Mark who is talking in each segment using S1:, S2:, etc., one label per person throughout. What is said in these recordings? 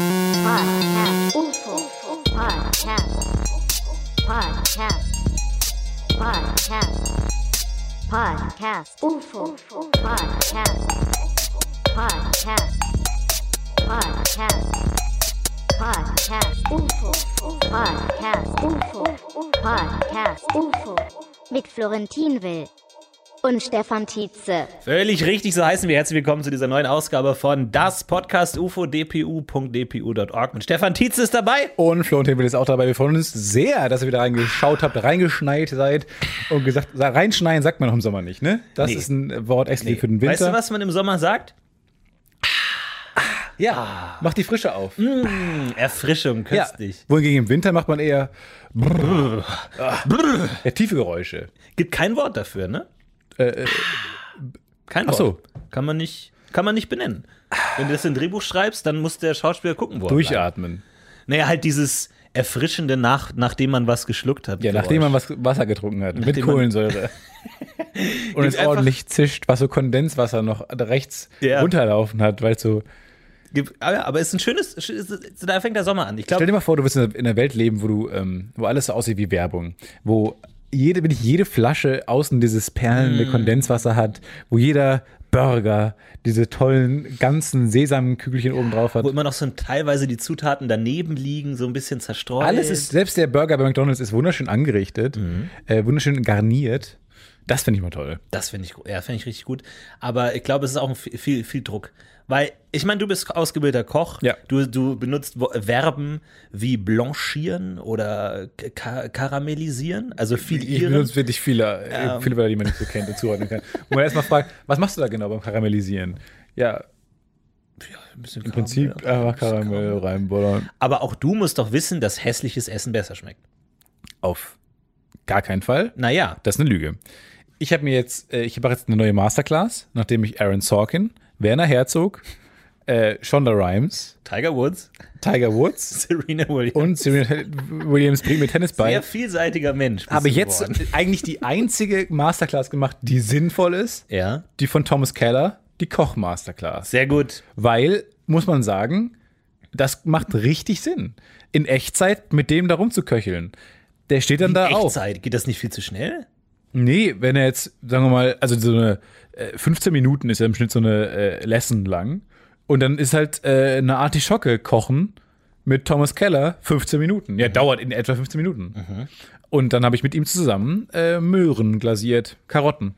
S1: Podcast. UFO. Podcast. Podcast. Podcast. Podcast. UFO. Podcast. Podcast. Podcast. Podcast. UFO. Podcast. UFO. Podcast. UFO. Mit Florentin Will und Stefan Tietze.
S2: Völlig richtig, so heißen wir. Herzlich willkommen zu dieser neuen Ausgabe von das Podcast UFO dpu.dpu.org. Und Stefan Tietz ist dabei.
S3: Und Florentin Will ist auch dabei. Wir freuen uns sehr, dass ihr wieder reingeschaut habt, reingeschneit seid und gesagt, sa- reinschneien sagt man auch im Sommer nicht, ne? Das
S2: Nee.
S3: ist ein Wort extra für den Winter.
S2: Weißt du, was man im Sommer sagt?
S3: Ja, macht die Frische auf.
S2: Ah. Hm, Erfrischung,
S3: ja.
S2: köstlich.
S3: Wohingegen im Winter macht man eher brrr, ah, ja, tiefe Geräusche.
S2: Gibt kein Wort dafür, ne? kein Wort.
S3: Äh, ach so.
S2: Kann man nicht, kann man nicht benennen. Wenn du das in ein Drehbuch schreibst, dann muss der Schauspieler gucken, wo er bleibt.
S3: Durchatmen.
S2: Naja, halt dieses erfrischende nach, nachdem man was geschluckt hat.
S3: Ja,
S2: Geräusch.
S3: nachdem man was Wasser getrunken hat, mit
S2: Nachdem man-
S3: Kohlensäure. und es
S2: einfach-
S3: ordentlich zischt, was so Kondenswasser noch rechts
S2: Ja.
S3: runterlaufen hat, weil so.
S2: Gib- Ah ja, aber es ist ein schönes, sch- es ist- da fängt der Sommer an. Ich
S3: Stell
S2: glaube,
S3: dir mal vor, du wirst in einer- in einer Welt leben, wo du, ähm, wo alles so aussieht wie Werbung, wo jede, wirklich jede Flasche außen dieses
S2: Mm.
S3: perlende Kondenswasser hat, wo jeder Burger diese tollen ganzen Sesamkügelchen oben drauf hat.
S2: wo immer noch so ein, teilweise die Zutaten daneben liegen, so ein bisschen zerstreut.
S3: Alles ist, selbst der Burger bei McDonalds ist wunderschön angerichtet,
S2: Mhm.
S3: äh, wunderschön garniert. Das finde ich mal toll.
S2: Das finde ich, gu- ja, finde ich richtig gut. Aber ich glaube, es ist auch ein viel, viel, viel Druck. Weil, ich meine, du bist ausgebildeter Koch.
S3: Ja.
S2: Du, du benutzt Wo- Verben wie blanchieren oder ka karamellisieren, also viel
S3: Ich
S2: ihren.
S3: benutze wirklich viele, äh, viele Wörter, die man nicht so kennt und zuordnen kann. Wo man erstmal fragt, was machst du da genau beim Karamellisieren? Ja,
S2: Ein bisschen Karamell.
S3: im Prinzip einfach Karamell reinbollern.
S2: Aber auch du musst doch wissen, dass hässliches Essen besser schmeckt.
S3: Auf gar keinen Fall.
S2: Naja,
S3: Das ist eine Lüge. Ich habe mir jetzt, äh, ich mache jetzt eine neue Masterclass, nachdem ich Aaron Sorkin, Werner Herzog, äh, Shonda Rhimes,
S2: Tiger Woods,
S3: Tiger Woods
S2: Serena Williams.
S3: und Serena Williams bringt mir Tennis bei.
S2: Sehr vielseitiger Mensch. bist
S3: Habe
S2: du
S3: jetzt
S2: geworden.
S3: eigentlich die einzige Masterclass gemacht, die sinnvoll ist,
S2: Ja,
S3: die von Thomas Keller, die Koch-Masterclass.
S2: sehr gut.
S3: Weil, muss man sagen, das macht richtig Sinn. In Echtzeit mit dem da rumzuköcheln. der steht dann da auch.
S2: Echtzeit, Hm. geht das nicht viel zu schnell?
S3: Nee, wenn er jetzt, sagen wir mal, also so eine äh, 15 Minuten ist ja im Schnitt so eine äh, Lesson lang. Und dann ist halt äh, eine Artischocke kochen mit Thomas Keller 15 Minuten. Ja, dauert in etwa 15 Minuten. Und dann habe ich mit ihm zusammen äh, Möhren glasiert, Karotten.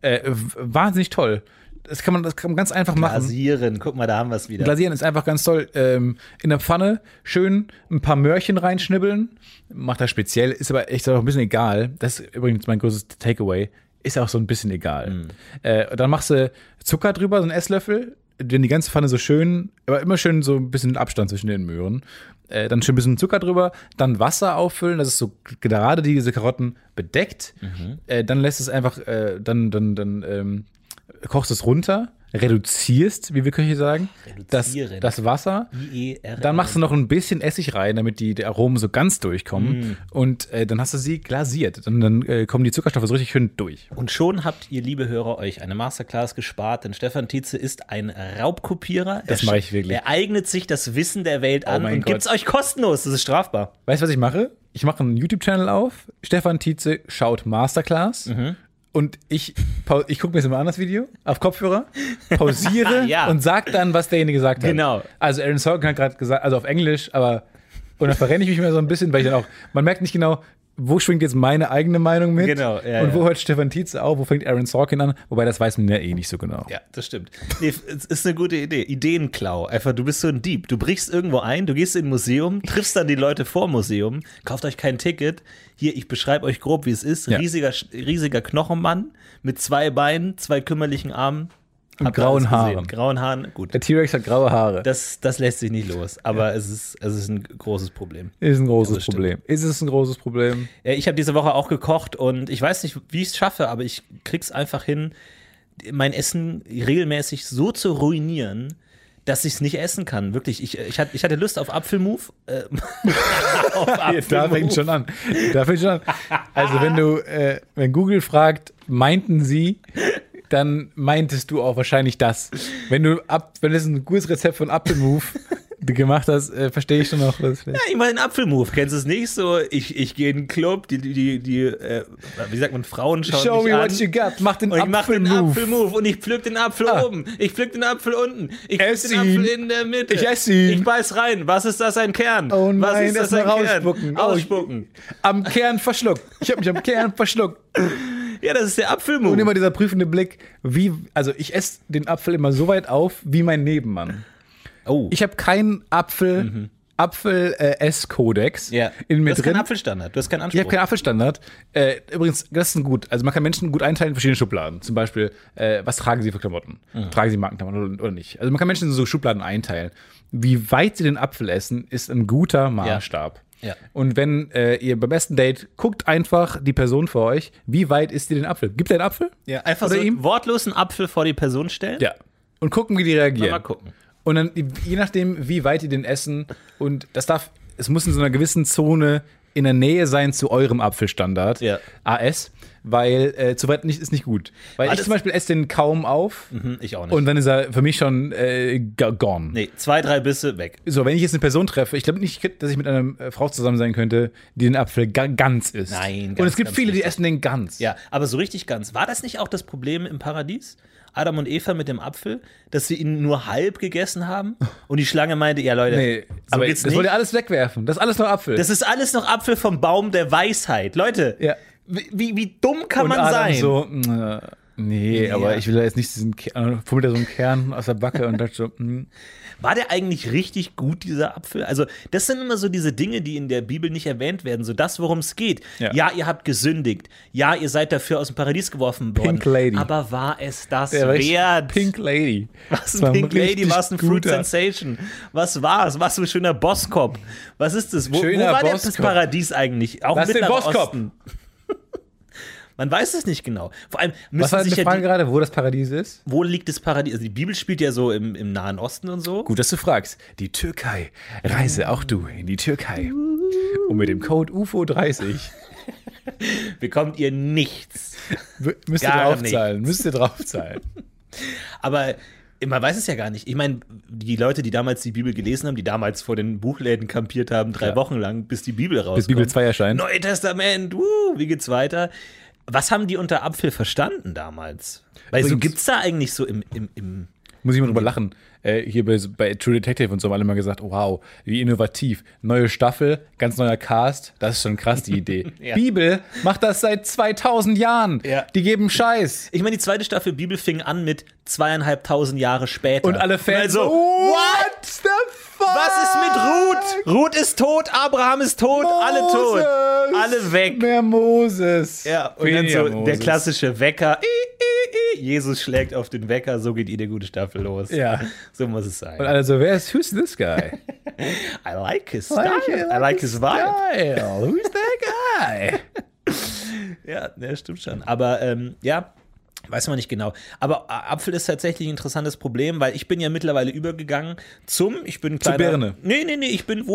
S3: Äh, w- wahnsinnig toll. Das kann man, das kann man ganz einfach machen.
S2: Glasieren, guck mal, da haben wir es wieder.
S3: Glasieren ist einfach ganz toll. Ähm, in der Pfanne schön ein paar Möhrchen reinschnibbeln. Macht das speziell, ist aber echt auch ein bisschen egal. Das ist übrigens mein größtes Takeaway. Ist auch so ein bisschen egal. Äh, dann machst du Zucker drüber, so einen Esslöffel. Dann die ganze Pfanne so schön, aber immer schön so ein bisschen Abstand zwischen den Möhren. Äh, dann schön ein bisschen Zucker drüber, dann Wasser auffüllen, dass es so gerade diese Karotten bedeckt. Äh, dann lässt es einfach, äh, dann, dann, dann ähm, kochst es runter, reduzierst, wie wir Köche sagen, das,
S2: Reduzieren.
S3: das Wasser.
S2: IERN.
S3: Dann machst du noch ein bisschen Essig rein, damit die, die Aromen so ganz durchkommen. Und äh, dann hast du sie glasiert. Und dann äh, kommen die Zuckerstoffe so richtig schön durch.
S2: Und schon habt ihr, liebe Hörer, euch eine Masterclass gespart, denn Stefan Tietze ist ein Raubkopierer.
S3: Das
S2: Er-
S3: mache ich wirklich.
S2: Er eignet sich das Wissen der Welt an
S3: mein
S2: und
S3: Gott.
S2: gibt's euch kostenlos. Das ist strafbar.
S3: Weißt du, was ich mache? Ich mache einen YouTube-Channel auf. Stefan Tietze schaut Masterclass.
S2: Mhm.
S3: Und ich, pau- ich gucke mir jetzt immer an, das Video, auf Kopfhörer, pausiere
S2: Ja.
S3: und sag dann, was derjenige gesagt hat.
S2: Genau.
S3: Also Aaron Sorkin hat gerade gesagt, also auf Englisch, aber und dann verrenne ich mich immer so ein bisschen, weil ich dann auch, man merkt nicht genau, wo schwingt jetzt meine eigene Meinung mit
S2: Genau, ja,
S3: und wo
S2: ja.
S3: hört Stefan Tietze auf, wo fängt Aaron Sorkin an, wobei das weiß man ja eh nicht so genau.
S2: Ja, das stimmt. Nee, f- es ist eine gute Idee. Ideenklau. Einfach, du bist so ein Dieb. Du brichst irgendwo ein, du gehst in ein Museum, triffst dann die Leute vor Museum, kauft euch kein Ticket. Hier, ich beschreibe euch grob, wie es ist.
S3: Ja.
S2: Riesiger, Sch- riesiger Knochenmann mit zwei Beinen, zwei kümmerlichen Armen. Habt ihr
S3: grauen
S2: alles gesehen.
S3: Haaren. Äh,
S2: Grauen Haaren, gut.
S3: Der T-Rex hat graue Haare.
S2: Das, das lässt sich nicht los, aber es, ist, es ist ein großes Problem.
S3: ist ein
S2: das
S3: großes
S2: stimmt.
S3: Problem. Ist es ein großes Problem?
S2: Äh, Ich habe diese Woche auch gekocht und ich weiß nicht, wie ich es schaffe, aber ich krieg's einfach hin, mein Essen regelmäßig so zu ruinieren, dass ich es nicht essen kann. Wirklich, ich, äh, ich, hatte, ich hatte Lust auf Apfelmove. Äh, auf Apfelmove.
S3: Da fängt schon an. Da fängt schon an. Also wenn du, äh, wenn Google fragt, meinten sie, dann meintest du auch wahrscheinlich das. Wenn du ab, wenn es ein gutes Rezept von Apfelmove gemacht hast, äh, verstehe ich schon noch was. vielleicht-
S2: Ja, ich meine, Apfelmove. Kennst du es nicht so? Ich, ich gehe in den Club, die, die, die, die äh, wie sagt man, Frauen schauen
S3: Show
S2: mich
S3: me
S2: an.
S3: what you got. Mach den
S2: Und ich mache den
S3: Apfelmove.
S2: Apfelmove und ich pflück den Apfel
S3: Ah.
S2: oben, ich pflück den Apfel unten, ich pflück
S3: Ess
S2: den Apfel
S3: ihn.
S2: in der Mitte.
S3: Ich ess ihn.
S2: Ich beiß rein. Was ist das ein Kern?
S3: Oh nein,
S2: Was ist das
S3: erst
S2: ein
S3: mal
S2: Kern?
S3: rausspucken. Oh, ich-
S2: Ausspucken.
S3: Am Kern verschluckt. Ich habe mich am Kern verschluckt.
S2: Ja, das ist der
S3: Und immer
S2: Apfelmove.
S3: dieser prüfende Blick, wie, also ich esse den Apfel immer so weit auf, wie mein Nebenmann. Mhm.
S2: Oh,
S3: Ich habe keinen Apfel, Apfel-Ess-Kodex
S2: ja.
S3: in
S2: du
S3: mir
S2: hast
S3: drin.
S2: keinen Apfelstandard. Du hast keinen
S3: Ich
S2: Anspruch.
S3: habe keinen Apfelstandard. Äh, übrigens, das ist ein gut. Also man kann Menschen gut einteilen in verschiedene Schubladen. Zum Beispiel, äh, was tragen sie für Klamotten?
S2: Mhm.
S3: Tragen sie Markenklamotten oder, oder nicht? Also man kann Menschen in so Schubladen einteilen. Wie weit sie den Apfel essen, ist ein guter Maßstab.
S2: Ja.
S3: Und wenn äh, ihr beim besten Date guckt einfach die Person vor euch, wie weit isst ihr den Apfel? Gibt er den Apfel?
S2: ja, einfach
S3: Oder
S2: so
S3: ihm?
S2: wortlos einen Apfel vor die Person stellen.
S3: Ja. Und gucken, wie die reagieren.
S2: Mal gucken.
S3: Und dann, je nachdem, wie weit ihr den essen, und das darf, es muss in so einer gewissen Zone in der Nähe sein zu eurem Apfelstandard,
S2: Ja.
S3: AS, weil äh, zu weit nicht, ist nicht gut. Weil
S2: Weil
S3: ich
S2: das-
S3: zum Beispiel esse den kaum auf
S2: Hm, ich auch nicht.
S3: und dann ist er für mich schon äh, go- gone.
S2: nee, zwei, drei Bisse weg.
S3: So, wenn ich jetzt eine Person treffe, ich glaube nicht, dass ich mit einer äh, Frau zusammen sein könnte, die den Apfel ga ganz isst.
S2: Nein, ganz,
S3: Und es gibt
S2: ganz
S3: viele, die
S2: richtig.
S3: essen den ganz.
S2: Ja, aber so richtig ganz. War das nicht auch das Problem im Paradies? Adam und Eva mit dem Apfel, dass sie ihn nur halb gegessen haben und die Schlange meinte, ja Leute,
S3: Nee,
S2: so
S3: aber
S2: geht's
S3: das
S2: nicht.
S3: wollt ihr alles wegwerfen. Das ist alles nur Apfel.
S2: Das ist alles noch Apfel vom Baum der Weisheit. Leute,
S3: Ja.
S2: wie, wie, wie dumm kann
S3: Und
S2: man
S3: Adam
S2: sein?
S3: so, "Mm, äh, nee, aber ich will da jetzt nicht diesen Kern, fummelt da so einen Kern aus der Backe und dachte so, mm.
S2: War der eigentlich richtig gut, dieser Apfel? Also, das sind immer so diese Dinge, die in der Bibel nicht erwähnt werden. So das, worum es geht. Ja.
S3: Ja.
S2: ihr habt gesündigt. Ja, ihr seid dafür aus dem Paradies geworfen worden.
S3: Pink Lady.
S2: Aber war es das
S3: Der war echt
S2: wert?
S3: Pink Lady.
S2: Was
S3: Das
S2: ein
S3: war
S2: Pink Lady,
S3: richtig
S2: was ein Fruit
S3: guter-
S2: Sensation. Was war's? Was für ein schöner Bosskopf. Was ist das? Wo, wo
S3: Schöner
S2: war denn das
S3: Bosskopf.
S2: Paradies eigentlich? Auch
S3: Lass
S2: im
S3: den
S2: Mittleren
S3: Bosskopf.
S2: Osten. Man weiß es nicht genau. Vor allem
S3: Was
S2: müssen
S3: war
S2: sich
S3: die
S2: ja
S3: Frage
S2: die,
S3: gerade, wo das Paradies ist?
S2: wo liegt das Paradies? Also die Bibel spielt ja so im, im Nahen Osten und so.
S3: Gut, dass du fragst. Die Türkei. Reise auch du in die Türkei. Und mit dem Code UFO30
S2: Bekommt ihr nichts.
S3: w- müsst ihr
S2: Gar
S3: draufzahlen. Müsst ihr draufzahlen.
S2: Aber Man weiß es ja gar nicht. Ich meine, die Leute, die damals die Bibel gelesen haben, die damals vor den Buchläden kampiert haben, drei Wochen lang, bis die Bibel rauskommt.
S3: Bis Bibel 2 erscheint.
S2: Neue Testament, wuh, wie geht's weiter? Was haben die unter Apfel verstanden damals? Weil so
S3: Übrigens-
S2: gibt's da eigentlich so im, im, im
S3: Muss ich mal drüber
S2: Mhm.
S3: lachen. Äh, hier bei, bei True Detective und so haben alle mal gesagt, wow, wie innovativ. Neue Staffel, ganz neuer Cast, das ist schon krass, die Idee.
S2: Ja.
S3: Bibel macht das seit 2000 Jahren.
S2: Ja.
S3: Die geben Scheiß.
S2: Ich meine, die zweite Staffel Bibel fing an mit zweieinhalbtausend Jahre später.
S3: Und alle Fans
S2: Also,
S3: so, what the fuck?
S2: was ist mit Ruth? Ruth ist tot, Abraham ist tot, alle tot. Alle weg.
S3: Mehr Moses.
S2: Ja, und dann
S3: Weniger
S2: so der
S3: Moses.
S2: klassische Wecker. I, I, I. Jesus schlägt auf den Wecker, so geht jede gute Staffel los.
S3: Ja.
S2: So muss es sein.
S3: Und alle so, wer ist, who's this guy?
S2: I like his style. I like his vibe.
S3: Style. Who's that guy?
S2: Ja, ja, stimmt schon. Aber ähm, ja, weiß man nicht genau. Aber A- Apfel ist tatsächlich ein interessantes Problem, weil ich bin ja mittlerweile übergegangen zum, ich bin kleiner,
S3: Birne.
S2: Nee, nee, nee, ich bin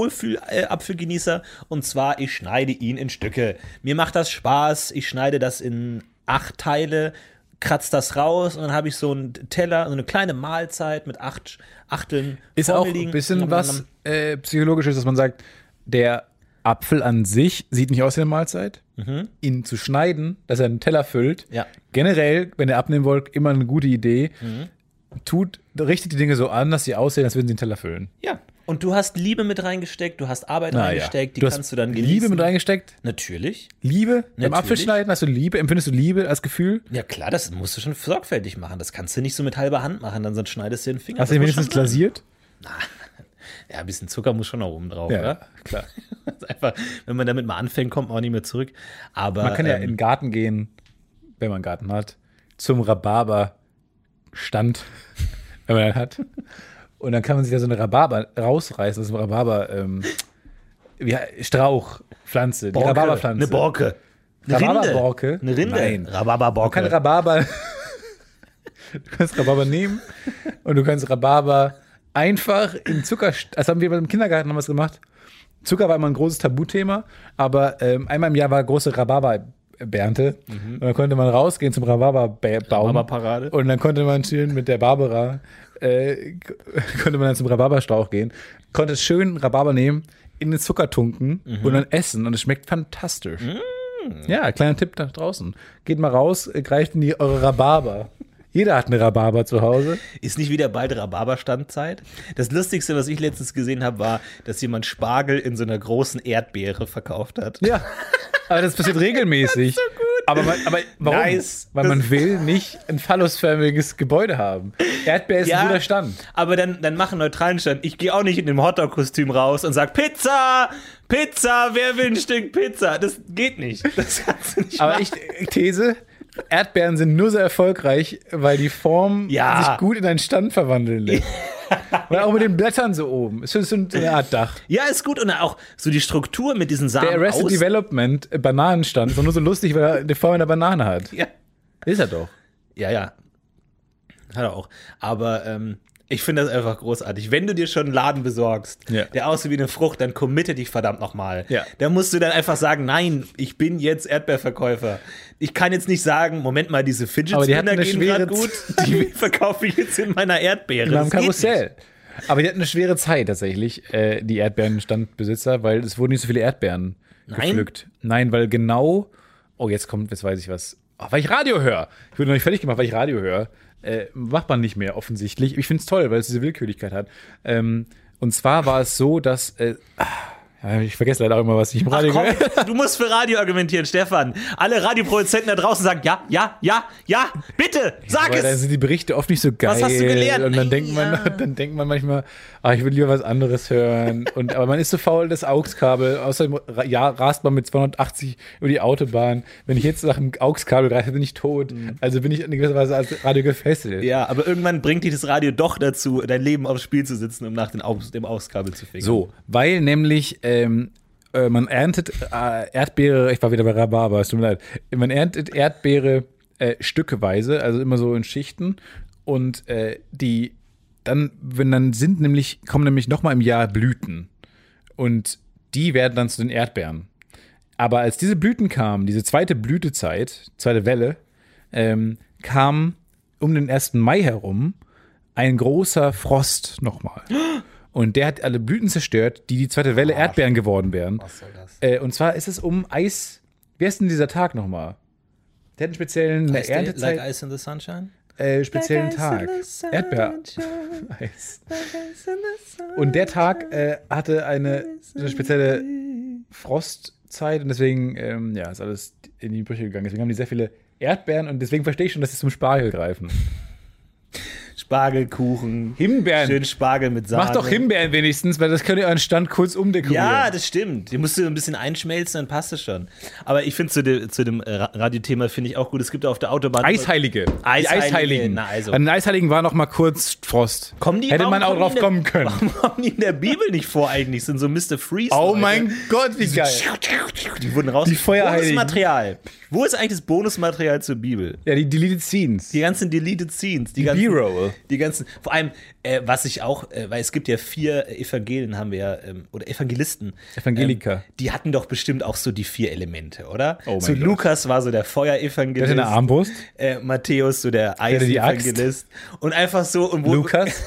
S2: Wohlfühl-Apfelgenießer und zwar, ich schneide ihn in Stücke. Mir macht das Spaß, ich schneide das in acht Teile, kratze das raus und dann habe ich so einen Teller, so eine kleine Mahlzeit mit acht Achteln
S3: Ist
S2: vor
S3: auch
S2: mir liegen.
S3: ein bisschen was äh, Psychologisches, dass man sagt, der Apfel an sich sieht nicht aus wie eine Mahlzeit. Ihn zu schneiden, dass er einen Teller füllt,
S2: Mhm. Ja.
S3: generell, wenn ihr abnehmen wollt, immer eine gute Idee.
S2: Mhm.
S3: Tut, richtet die Dinge so an, dass sie aussehen, als würden sie einen Teller füllen.
S2: Ja. Und du hast Liebe mit reingesteckt, du hast Arbeit reingesteckt, die
S3: Ah, du hast
S2: kannst du dann genießen.
S3: Liebe mit reingesteckt.
S2: Natürlich.
S3: Liebe im
S2: Natürlich.
S3: Apfel schneiden, hast du Liebe? Empfindest du Liebe als Gefühl?
S2: Ja klar, das musst du schon sorgfältig machen. Das kannst du nicht so mit halber Hand machen, dann sonst schneidest du den Finger.
S3: Hast du ihn
S2: Das muss
S3: wenigstens
S2: schon sein.
S3: glasiert?
S2: Ja, ein bisschen Zucker muss schon noch oben drauf, oder?
S3: klar.
S2: Das ist einfach, wenn man damit mal anfängt, kommt man auch nicht mehr zurück. Aber
S3: Man kann ja
S2: ähm,
S3: in den Garten gehen, wenn man einen Garten hat, zum Rhabarberstand, wenn man einen hat. Und dann kann man sich da so eine Rhabarber rausreißen, aus dem Rhabarber, ähm, wie he- Strauch, Pflanze, die
S2: Borke,
S3: Rhabarberpflanze.
S2: Eine Borke. Eine
S3: Rhabarberborke?
S2: Rinde. Eine Rinde.
S3: Nein.
S2: Rhabarberborke.
S3: Man kann Rhabarber, du kannst Rhabarber nehmen und du kannst Rhabarber einfach in Zucker, das haben wir beim Kindergarten damals gemacht. Zucker war immer ein großes Tabuthema, aber ähm, einmal im Jahr war große Rhabarberbernte und dann konnte man rausgehen zum Rhabarberbaum
S2: Rhabarberparade.
S3: und dann konnte man schön mit der Barbara, äh, k- konnte man dann zum Rhabarberstrauch gehen, konnte schön Rhabarber nehmen, in den Zucker tunken und dann essen und es schmeckt fantastisch. Ja, kleiner Tipp nach draußen. Geht mal raus, äh, greift in die eure Rhabarber. Jeder hat eine Rhabarber zu Hause.
S2: Ist nicht wieder bald Rhabarberstandzeit? Das Lustigste, was ich letztens gesehen habe, war, dass jemand Spargel in so einer großen Erdbeere verkauft hat.
S3: Ja. Aber das passiert regelmäßig. Aber, man, aber warum?
S2: Nice.
S3: Weil man will nicht ein phallusförmiges Gebäude haben. Erdbeer ist ein guter Stand.
S2: Aber dann, dann mach einen neutralen Stand. Ich gehe auch nicht in dem Hotdog-Kostüm raus und sag Pizza! Pizza! Wer will ein Stück Pizza? Das geht nicht. Das kannst du nicht
S3: Aber
S2: machen.
S3: ich These, Erdbeeren sind nur so erfolgreich, weil die Form
S2: Ja.
S3: sich gut in einen Stand verwandeln lässt. Und auch mit den Blättern so oben. Es ist so eine Art Dach.
S2: ja, ist gut. Und auch so die Struktur mit diesen Samen.
S3: Der Arrested
S2: aus-
S3: Development äh, Bananenstand ist doch nur so lustig, weil er die Form einer Banane hat.
S2: ja.
S3: Ist er doch.
S2: ja, ja. Hat er auch. Aber ähm, ich finde das einfach großartig. Wenn du dir schon einen Laden besorgst,
S3: Ja.
S2: der aussieht wie eine Frucht, dann committe dich verdammt nochmal.
S3: Ja.
S2: Da musst du dann einfach sagen, nein, ich bin jetzt Erdbeerverkäufer. Ich kann jetzt nicht sagen, Moment mal, diese Fidget
S3: Aber die hatten
S2: Spinner
S3: eine
S2: gehen gerade
S3: schwere
S2: gut. Die verkaufe ich jetzt in meiner Erdbeere.
S3: In meinem
S2: Das geht nicht.
S3: Karussell. Aber die hatten eine schwere Zeit tatsächlich, äh, die Erdbeerenstandbesitzer, weil es wurden nicht so viele Erdbeeren
S2: Nein?
S3: gepflückt. Nein, weil genau. Oh, jetzt kommt, jetzt weiß ich was. Ah, weil ich Radio höre. Ich wurde noch nicht fertig gemacht, weil ich Radio höre. Äh, macht man nicht mehr, offensichtlich. Ich finde es toll, weil es diese Willkürlichkeit hat. Ähm, und zwar war es so, dass. Äh, ah, ja, ich vergesse leider auch immer, was ich im Radio
S2: Komm,
S3: höre.
S2: du musst für Radio argumentieren, Stefan. Alle Radioproduzenten da draußen sagen, ja, ja, ja, ja, bitte, sag
S3: Aber dann
S2: es.
S3: sind die Berichte oft nicht so geil.
S2: hast du gelernt?
S3: Und dann denkt man,
S2: Ja.
S3: dann denkt man manchmal, ah, ich will lieber was anderes hören. Und, aber man ist so faul, das AUX-Kabel. Außerdem ra- ja, rast man mit 280 über die Autobahn. Wenn ich jetzt nach dem AUX-Kabel reise, bin ich tot.
S2: Mhm.
S3: Also bin ich in gewisser Weise als Radio gefesselt.
S2: Ja, aber irgendwann bringt dich das Radio doch dazu, dein Leben aufs Spiel zu sitzen, um nach den Aus dem Auskabel zu fegen.
S3: So, weil nämlich ähm, äh, man erntet äh, Erdbeere, ich war wieder bei Rhabarber, es tut mir leid, man erntet Erdbeere äh, stückeweise, also immer so in Schichten und äh, die dann, wenn dann sind nämlich, kommen nämlich nochmal im Jahr Blüten und die werden dann zu den Erdbeeren. Aber als diese Blüten kamen, diese zweite Blütezeit, zweite Welle, ähm, kam um den 1. Mai herum ein großer Frost nochmal. Und der hat alle Blüten zerstört, die die zweite Welle
S2: Ah,
S3: Erdbeeren geworden wären.
S4: Was soll das?
S3: Äh, und zwar ist es um Eis. Wie heißt denn dieser Tag nochmal? Der hat einen speziellen eine
S4: Heißt der
S3: Erntezeit,
S4: Like Ice in the Sunshine?
S3: äh, speziellen Tag. Erdbeer. Eis. Und der Tag äh, hatte eine, eine spezielle Frostzeit und deswegen ähm, ja, ist alles in die Brüche gegangen. Deswegen haben die sehr viele Erdbeeren und deswegen verstehe ich schon, dass sie zum Spargel greifen.
S2: Spargelkuchen.
S3: Himbeeren.
S2: Schön Spargel mit Sahne.
S3: Macht doch Himbeeren wenigstens, weil das könnt ihr euren Stand kurz umdekorieren.
S2: Ja, das stimmt. Die musst du ein bisschen einschmelzen, dann passt es schon. Aber ich finde zu, de, zu dem äh, Ra- Radiothema finde ich auch gut. Es gibt auf der Autobahn.
S3: Eisheilige. Die
S2: Eisheilige,
S3: Eisheiligen.
S2: na also.
S3: An den Eisheiligen war noch mal kurz Frost.
S2: Kommen die,
S3: Hätte
S2: warum
S3: man
S2: kommen
S3: auch
S2: die
S3: drauf
S2: in der-
S3: kommen können.
S2: Warum kommen die in der Bibel nicht vor eigentlich? Sind so Mr. Freeze.
S3: Oh
S2: Leute.
S3: mein Gott, wie geil.
S2: Die wurden raus.
S3: Die Feuerheiligen.
S2: Bonusmaterial. Wo ist eigentlich das Bonusmaterial zur Bibel?
S3: Ja, die Deleted Scenes.
S2: Die ganzen Deleted Scenes, die, ganzen,
S3: B-Roll.
S2: die ganzen, vor allem, äh, was ich auch, äh, weil es gibt ja vier Evangelien, haben wir ja, ähm, oder Evangelisten.
S3: Evangelika.
S2: Ähm, die hatten doch bestimmt auch so die vier Elemente, oder?
S3: Oh mein
S2: so
S3: Gott.
S2: Lukas war so der
S3: Der
S2: Feuerevangelist.
S3: hatte eine Armbrust.
S2: Äh, Matthäus so der
S3: hatte die
S2: Eisenevangelist. Und einfach so. Und wo,
S3: Lukas.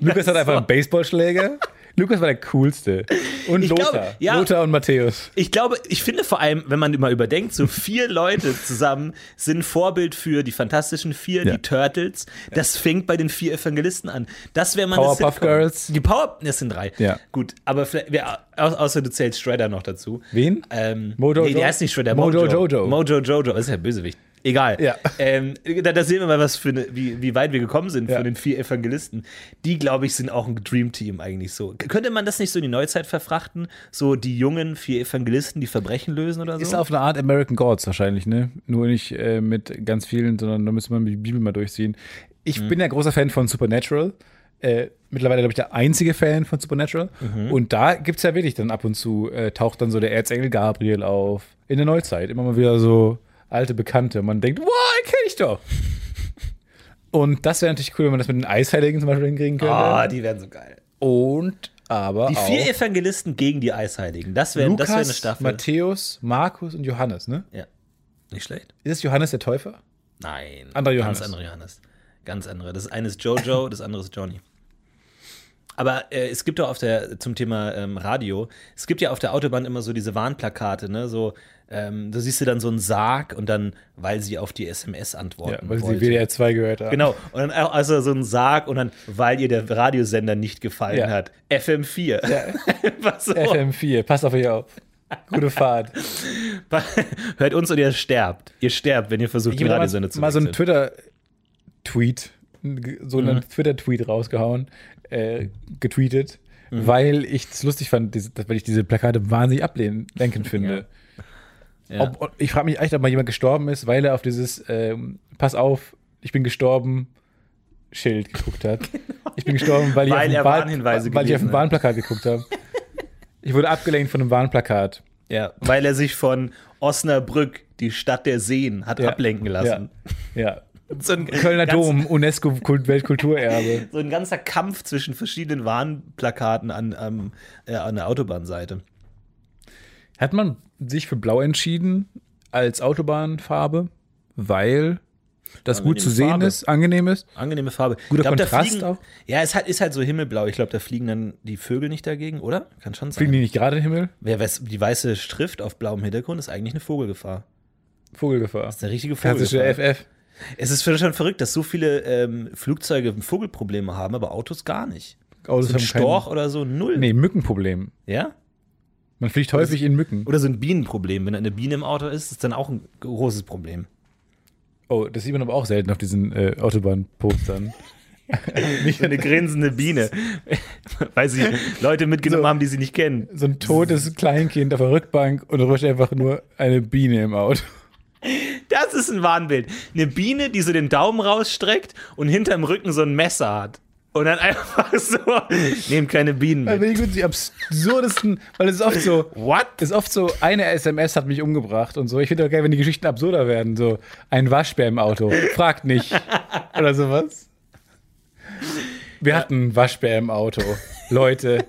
S3: Lukas hat einfach einen Baseballschläger. Lukas war der coolste. Und
S2: Ich
S3: Lothar.
S2: glaube, ja.
S3: Lothar und Matthäus.
S2: Ich glaube, ich finde vor allem, wenn man mal überdenkt, so vier Leute zusammen sind Vorbild für die Fantastischen Vier,
S3: Ja.
S2: die Turtles. Das fängt bei den vier Evangelisten an. Das wäre man
S3: Powerpuff Girls.
S2: Die Power, das sind drei.
S3: Ja.
S2: Gut, aber vielleicht, wer, au- außer du zählst Shredder noch dazu.
S3: Wen?
S2: Ähm,
S3: Mojo
S2: nee,
S3: Jo-
S2: der heißt nicht Shredder.
S3: Mojo
S2: Mojo
S3: Jojo.
S2: Mojo Jojo, das ist ja Bösewicht. Egal.
S3: Ja.
S2: Ähm, da, da sehen wir mal, was für eine, wie, wie weit wir gekommen sind
S3: Ja.
S2: von den vier Evangelisten. Die, glaube ich, sind auch ein Dreamteam eigentlich so. K- Könnte man das nicht so in die Neuzeit verfrachten? So die jungen vier Evangelisten, die Verbrechen lösen oder so?
S3: Ist auf eine Art American Gods wahrscheinlich, ne? Nur nicht äh, mit ganz vielen, sondern da müsste man die Bibel mal durchziehen. Ich
S2: Mhm.
S3: bin ja großer Fan von Supernatural. Äh, mittlerweile, glaube ich, der einzige Fan von Supernatural.
S2: Mhm.
S3: Und da gibt es ja wirklich dann ab und zu, äh, taucht dann so der Erzengel Gabriel auf. In der Neuzeit. Immer mal wieder so alte Bekannte. Und man denkt, wow, den kenne ich doch. und das wäre natürlich cool, wenn man das mit den Eisheiligen zum Beispiel hinkriegen
S2: Ah,
S3: könnte.
S2: die wären so geil.
S3: und aber
S2: Die
S3: auch
S2: vier Evangelisten gegen die Eisheiligen. Das wäre das
S3: Lukas,
S2: wär eine Staffel.
S3: Matthäus, Markus und Johannes, ne?
S2: ja. Nicht schlecht.
S3: Ist es Johannes der Täufer?
S2: Nein.
S3: Anderer Johannes.
S2: Ganz andere Johannes. Ganz andere. Das eine ist Jojo, das andere ist Johnny. Aber äh, es gibt doch auf der, zum Thema ähm, Radio, es gibt ja auf der Autobahn immer so diese Warnplakate, ne? So, ähm, da siehst du dann so einen Sarg und dann, weil sie auf die SMS
S3: Ja,
S2: antworten.
S3: weil sie
S2: wollte.
S3: WDR 2 gehört haben.
S2: Genau, und dann auch also so ein Sarg und dann, weil ihr der Radiosender nicht gefallen
S3: Ja.
S2: hat. FM4. Einfach so.
S3: FM4, passt auf euch auf. Gute Fahrt.
S2: Hört uns und ihr sterbt. Ihr sterbt, wenn ihr versucht,
S3: Ich
S2: die
S3: habe damals
S2: Radiosender zu
S3: mal so einen
S2: wechseln.
S3: Twitter-Tweet, so
S2: Mhm.
S3: einen Twitter-Tweet rausgehauen, äh, getweetet,
S2: Mhm.
S3: weil ich es lustig fand, diese, weil ich diese Plakate wahnsinnig ablenkend finde.
S2: Ja.
S3: Ob, ob- ich frage mich echt, ob mal jemand gestorben ist, weil er auf dieses ähm, Pass auf, ich bin gestorben Schild geguckt hat. Ich bin gestorben, weil,
S2: Genau. Weil
S3: ich
S2: er
S3: auf ein Warn-
S2: Warnhinweise
S3: weil ich auf ein
S2: gelesen hat.
S3: Warnplakat geguckt habe. Ich wurde abgelenkt von einem Warnplakat.
S2: Ja, weil er sich von Osnabrück, die Stadt der Seen, hat
S3: Ja.
S2: ablenken lassen.
S3: Ja. ja.
S2: So ein
S3: Kölner
S2: ganz-
S3: Dom, UNESCO Kult Weltkulturerbe.
S2: So ein ganzer Kampf zwischen verschiedenen Warnplakaten an, am, äh, an der Autobahnseite.
S3: Hat man sich für Blau entschieden als Autobahnfarbe, weil das
S2: Angenehme
S3: gut zu sehen
S2: Farbe.
S3: ist, angenehm ist?
S2: Angenehme Farbe.
S3: Guter
S2: Ich glaub, da
S3: Kontrast
S2: fliegen,
S3: auch.
S2: Ja, es hat, ist halt so himmelblau. Ich glaube, da fliegen dann die Vögel nicht dagegen, oder? Kann schon sein.
S3: Fliegen die nicht gerade in den Himmel?
S2: Wer weiß, die weiße Schrift auf blauem Hintergrund ist eigentlich eine Vogelgefahr.
S3: Vogelgefahr.
S2: Das ist eine richtige
S3: Klassische
S2: Vogelgefahr.
S3: FF.
S2: Es ist schon verrückt, dass so viele ähm, Flugzeuge Vogelprobleme haben, aber Autos gar nicht.
S3: Autos
S2: So ein
S3: Also haben keinen-
S2: Storch oder so, null.
S3: Nee, Mückenproblem.
S2: Ja?
S3: Man fliegt häufig in Mücken.
S2: Oder so ein Bienenproblem. Wenn eine Biene im Auto ist, ist dann auch ein großes Problem.
S3: Oh, das sieht man aber auch selten auf diesen äh, Autobahnpostern.
S2: Nicht eine grinsende Biene, weil sie Leute mitgenommen
S3: So.
S2: haben, die sie nicht kennen.
S3: So ein totes Kleinkind auf der Rückbank und rutscht einfach nur eine Biene im Auto.
S2: Das ist ein Wahnbild. Eine Biene, die so den Daumen rausstreckt und hinterm Rücken so ein Messer hat. Und dann einfach so, nehmt keine Bienen
S3: Da
S2: mit.
S3: bin ich mit die absurdesten, weil es ist oft so,
S2: What?
S3: ist oft so, eine SMS hat mich umgebracht und so. Ich finde doch geil, wenn die Geschichten absurder werden. So, ein Waschbär im Auto, fragt nicht. Oder sowas. Wir hatten einen Waschbär im Auto. Leute,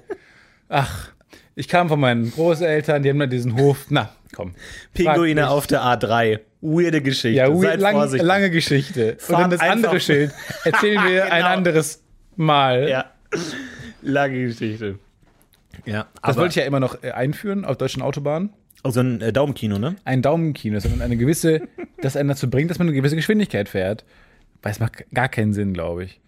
S3: ach, ich kam von meinen Großeltern, die haben da diesen Hof. Na, komm.
S2: Pinguine
S3: nicht.
S2: auf der A3. Weirde Geschichte.
S3: Ja, we-
S2: Seid
S3: lang,
S2: vorsichtig.
S3: lange Geschichte.
S2: Fahrt
S3: und dann das andere
S2: einfach-
S3: Schild erzählen wir ein
S2: Genau.
S3: anderes Mal.
S2: Ja.
S3: Lange Geschichte.
S2: ja
S3: Das wollte ich ja immer noch äh, einführen auf deutschen Autobahnen.
S2: Oh, so ein äh, Daumenkino, ne?
S3: Ein Daumenkino, sondern eine gewisse, das einen dazu bringt, dass man eine gewisse Geschwindigkeit fährt. Weil es macht gar keinen Sinn, glaube ich.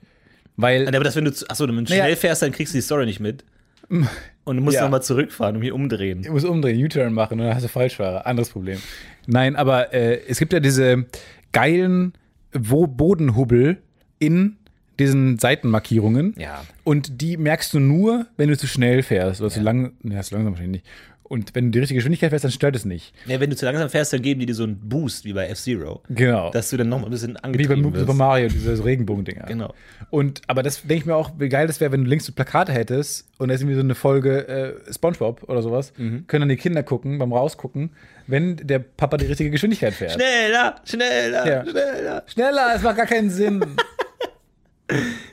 S3: Weil,
S2: Aber das, wenn du, zu- achso, wenn du
S3: Naja.
S2: schnell fährst, dann kriegst du die Story nicht mit. Und du musst
S3: Ja.
S2: nochmal zurückfahren und hier umdrehen.
S3: du musst umdrehen, U-Turn machen und dann hast du Falschfahrer. Anderes Problem. Nein, aber äh, es gibt ja diese geilen Wo Bodenhubbel in diesen Seitenmarkierungen.
S2: Ja.
S3: Und die merkst du nur, wenn du zu schnell fährst oder zu lang, ja, zu langsam wahrscheinlich nicht. Und wenn du die richtige Geschwindigkeit fährst, dann stört es nicht.
S2: ja. Wenn du zu langsam fährst, dann geben die dir so einen Boost, wie bei F-Zero.
S3: Genau.
S2: Dass du dann nochmal ein bisschen
S3: Wie bei
S2: angetrieben wirst.
S3: Super Mario, dieses Regenbogendinger.
S2: Genau.
S3: Und, aber das denke ich mir auch, wie geil das wäre, wenn du links so Plakate hättest und da ist irgendwie so eine Folge äh, Spongebob oder sowas,
S2: Mhm.
S3: können dann die Kinder gucken, beim Rausgucken, wenn der Papa die richtige Geschwindigkeit fährt.
S2: Schneller, schneller,
S3: Ja.
S2: schneller,
S3: Schneller, es macht gar keinen Sinn.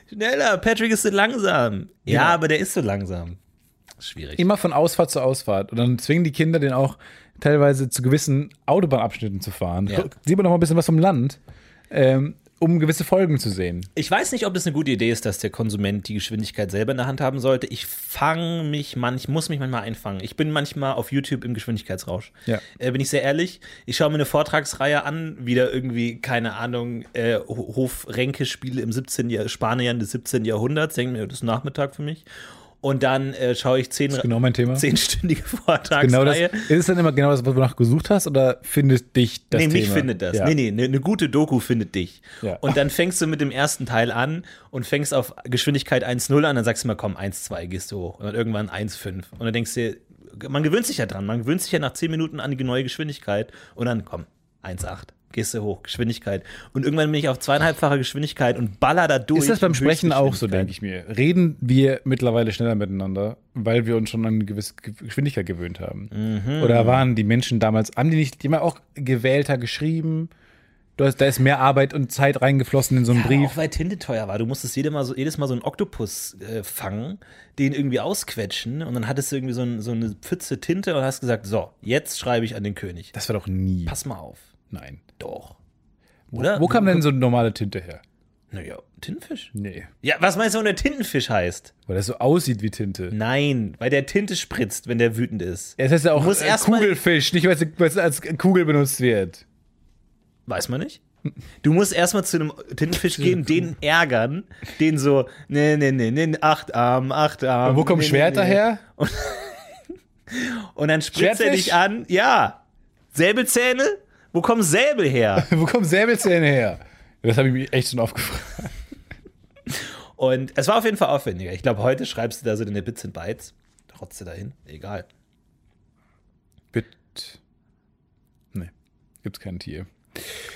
S2: schneller. Patrick ist so langsam. Ja,
S3: Genau.
S2: aber der ist so langsam. Schwierig.
S3: Immer von Ausfahrt zu Ausfahrt. Und dann zwingen die Kinder den auch teilweise zu gewissen Autobahnabschnitten zu fahren.
S2: Ja.
S3: Guck, Sieht man noch mal ein bisschen was vom Land, ähm, um gewisse Folgen zu sehen.
S2: Ich weiß nicht, ob das eine gute Idee ist, dass der Konsument die Geschwindigkeit selber in der Hand haben sollte. Ich fange mich manch, muss mich manchmal einfangen. Ich bin manchmal auf YouTube im Geschwindigkeitsrausch.
S3: Ja.
S2: Äh, bin ich sehr ehrlich. Ich schaue mir eine Vortragsreihe an, wieder irgendwie, keine Ahnung, äh, Ho- Hofränkespiele im 17. Jahr, Spaniern des 17. Jahrhunderts. Denke mir, das ist Nachmittag für mich. Und dann äh, schaue ich zehn,
S3: Genau mein Thema.
S2: zehnstündige
S3: Genau das,
S2: Vortragsreihe.
S3: ist es dann immer genau das, was du nach gesucht hast, oder findet dich das
S2: nee,
S3: Thema?
S2: mich findet das.
S3: Ja.
S2: Nee, nee, eine ne gute Doku findet dich.
S3: Ja.
S2: Und dann fängst du mit dem ersten Teil an und fängst auf Geschwindigkeit 1.0 an, dann sagst du mal, komm, 1.2 gehst du hoch. Und dann irgendwann 1.5. Und dann denkst du, dir, man gewöhnt sich ja dran, man gewöhnt sich ja nach 10 Minuten an die neue Geschwindigkeit und dann, komm, 1.8. Gehst du hoch, Geschwindigkeit. Und irgendwann bin ich auf zweieinhalbfache Geschwindigkeit und baller da durch.
S3: Ist das beim Sprechen auch so,
S2: Höchstgeschwindigkeit.
S3: denke ich mir? Reden wir mittlerweile schneller miteinander, weil wir uns schon an eine gewisse Ge- Geschwindigkeit gewöhnt haben?
S2: Mhm.
S3: Oder waren die Menschen damals, haben die nicht immer auch gewählter geschrieben? Du hast, da ist mehr Arbeit und Zeit reingeflossen in so einen
S2: Auch
S3: Brief.
S2: weil Tinte teuer war. Du musstest jedes Mal so, jedes mal so einen Oktopus äh, fangen, den irgendwie ausquetschen und dann hattest du irgendwie so, ein, so eine Pfütze Tinte und hast gesagt, so, jetzt schreibe ich an den König.
S3: Das war doch nie.
S2: Pass mal auf.
S3: Nein.
S2: Doch. Oder?
S3: Wo kam denn so eine normale Tinte her?
S2: Naja, Tintenfisch.
S3: Nee.
S2: Ja, was meinst du, wenn der Tintenfisch heißt?
S3: Weil das so aussieht wie Tinte.
S2: Mhm. Nein, weil der Tinte spritzt, wenn der wütend ist.
S3: Es heißt ja auch
S2: Muss
S3: äh,
S2: erst mal-
S3: Kugelfisch, nicht weil es- weil es als Kugel benutzt wird.
S2: Weiß man nicht. Du musst erstmal zu einem Tintenfisch gehen, den ärgern, den so, ne, ne, ne, ne, acht Arm, acht Arm. ne,
S3: Und wo kommen
S2: Ah, nee, nee,
S3: Schwerter
S2: nee.
S3: her?
S2: Und dann spritzt er
S3: Schwertfisch?
S2: dich an. Ja. Säbelzähne? Wo kommen Säbel her?
S3: Wo kommen Säbelzähne her? Das habe ich mich echt schon aufgefragt.
S2: Und es war auf jeden Fall aufwendiger. Ich glaube, heute schreibst du da so deine Bits and Bytes. Rotze dahin. Egal.
S3: Bit. Nee, gibt's kein Tier.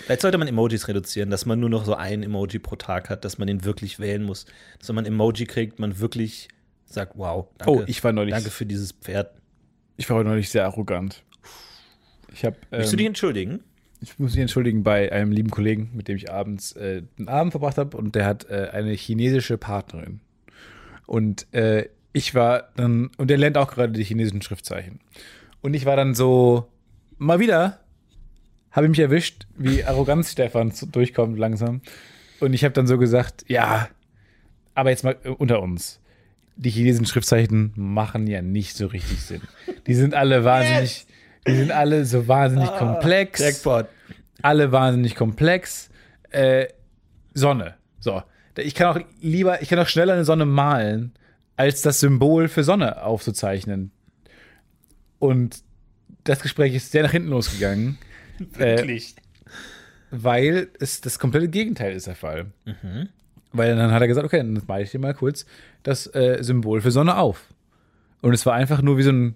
S2: Vielleicht sollte man Emojis reduzieren, dass man nur noch so ein Emoji pro Tag hat, dass man den wirklich wählen muss. Dass wenn man ein Emoji kriegt, man wirklich sagt, wow, danke.
S3: Oh, ich war neulich-
S2: Danke für dieses Pferd.
S3: Ich war heute neulich sehr arrogant. Ich habe.
S2: Willst du dich
S3: Ähm,
S2: entschuldigen?
S3: ich muss mich entschuldigen bei einem lieben Kollegen, mit dem ich abends äh, einen Abend verbracht habe und der hat äh, eine chinesische Partnerin. Und äh, ich war dann. Und der lernt auch gerade die chinesischen Schriftzeichen. Und ich war dann so. Mal wieder habe ich mich erwischt, wie Arroganz Stefan zu- durchkommt langsam. Und ich habe dann so gesagt: Ja, aber jetzt mal äh, unter uns. Die chinesischen Schriftzeichen machen ja nicht so richtig Sinn. Die sind alle wahnsinnig, die sind alle so wahnsinnig komplex.
S2: Jackpot.
S3: Alle wahnsinnig komplex. Äh, Sonne. So. Ich kann auch lieber, ich kann auch schneller eine Sonne malen, als das Symbol für Sonne aufzuzeichnen. Und das Gespräch ist sehr nach hinten losgegangen. äh,
S2: Wirklich.
S3: Weil es das komplette Gegenteil ist der Fall. Weil dann hat er gesagt, okay, dann male ich dir mal kurz das äh, Symbol für Sonne auf. Und es war einfach nur wie so ein,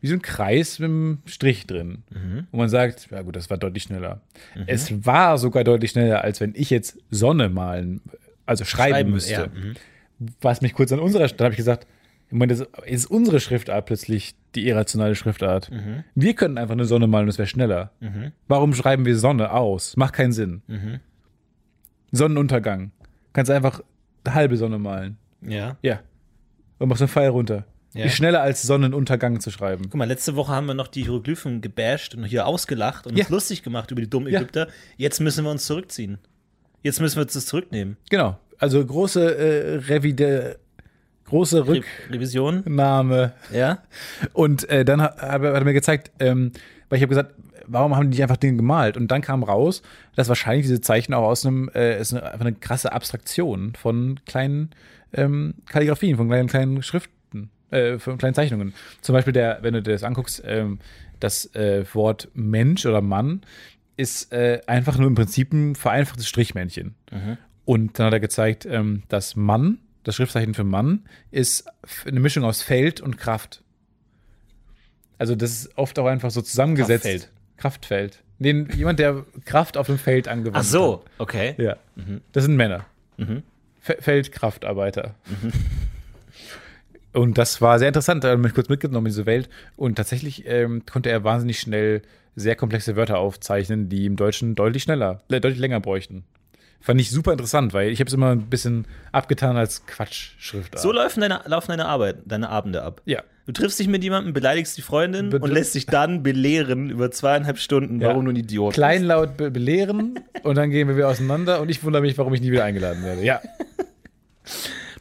S3: wie so ein Kreis mit einem Strich drin.
S2: Mhm.
S3: Und man sagt, ja gut, das war deutlich schneller. Es war sogar deutlich schneller, als wenn ich jetzt Sonne malen, also schreiben,
S2: Schreiben,
S3: müsste.
S2: ja, mhm.
S3: Was mich kurz an unserer, dann habe ich gesagt, ich meine, das ist unsere Schriftart plötzlich die irrationale Schriftart.
S2: Mhm.
S3: Wir könnten einfach eine Sonne malen und es wäre schneller. Warum schreiben wir Sonne aus? Macht keinen Sinn. Sonnenuntergang. Kannst einfach eine halbe Sonne malen.
S2: Ja.
S3: Ja. Und machst einen Pfeil runter.
S2: Ja.
S3: Ist schneller als Sonnenuntergang zu schreiben.
S2: Guck mal, letzte Woche haben wir noch die Hieroglyphen gebasht und hier ausgelacht und
S3: Ja.
S2: uns lustig gemacht über die dummen
S3: Ja.
S2: Ägypter. Jetzt müssen wir uns zurückziehen. Jetzt müssen wir uns das zurücknehmen.
S3: Genau. Also große äh, Revide, große
S2: Re
S3: Rück.
S2: Revision.
S3: Name, ja. Und äh, dann hat, hat er mir gezeigt, ähm, weil ich habe gesagt, warum haben die nicht einfach den gemalt? Und dann kam raus, dass wahrscheinlich diese Zeichen auch aus einem, äh, ist eine, einfach eine krasse Abstraktion von kleinen ähm, Kalligrafien, von kleinen, kleinen Schriften, äh, von kleinen Zeichnungen. Zum Beispiel der, wenn du dir das anguckst, ähm, das äh, Wort Mensch oder Mann ist äh, einfach nur im Prinzip ein vereinfachtes Strichmännchen. Und dann hat er gezeigt, ähm, dass Mann, das Schriftzeichen für Mann, ist f- eine Mischung aus Feld und Kraft. Also das ist oft auch einfach so zusammengesetzt.
S2: Kraftfeld.
S3: Kraftfeld. Den, jemand, der Kraft auf dem Feld angewandt
S2: Ach so,
S3: hat.
S2: okay.
S3: Ja. Das sind Männer. Fe- Feldkraftarbeiter. Mhm. Und das war sehr interessant. Da hat er mich kurz mitgenommen in diese Welt. Und tatsächlich ähm, konnte er wahnsinnig schnell sehr komplexe Wörter aufzeichnen, die im Deutschen deutlich schneller, äh, deutlich länger bräuchten. Fand ich super interessant, weil ich habe es immer ein bisschen abgetan als Quatschschriftart.
S2: So laufen deine, laufen deine Arbeit, deine Abende ab.
S3: ja.
S2: Du triffst dich mit jemandem, beleidigst die Freundin
S3: Be-
S2: und lässt dich dann belehren über zweieinhalb Stunden,
S3: Ja.
S2: warum du ein Idiot bist.
S3: Kleinlaut be belehren und dann gehen wir wieder auseinander und ich wundere mich, warum ich nie wieder eingeladen werde. Ja.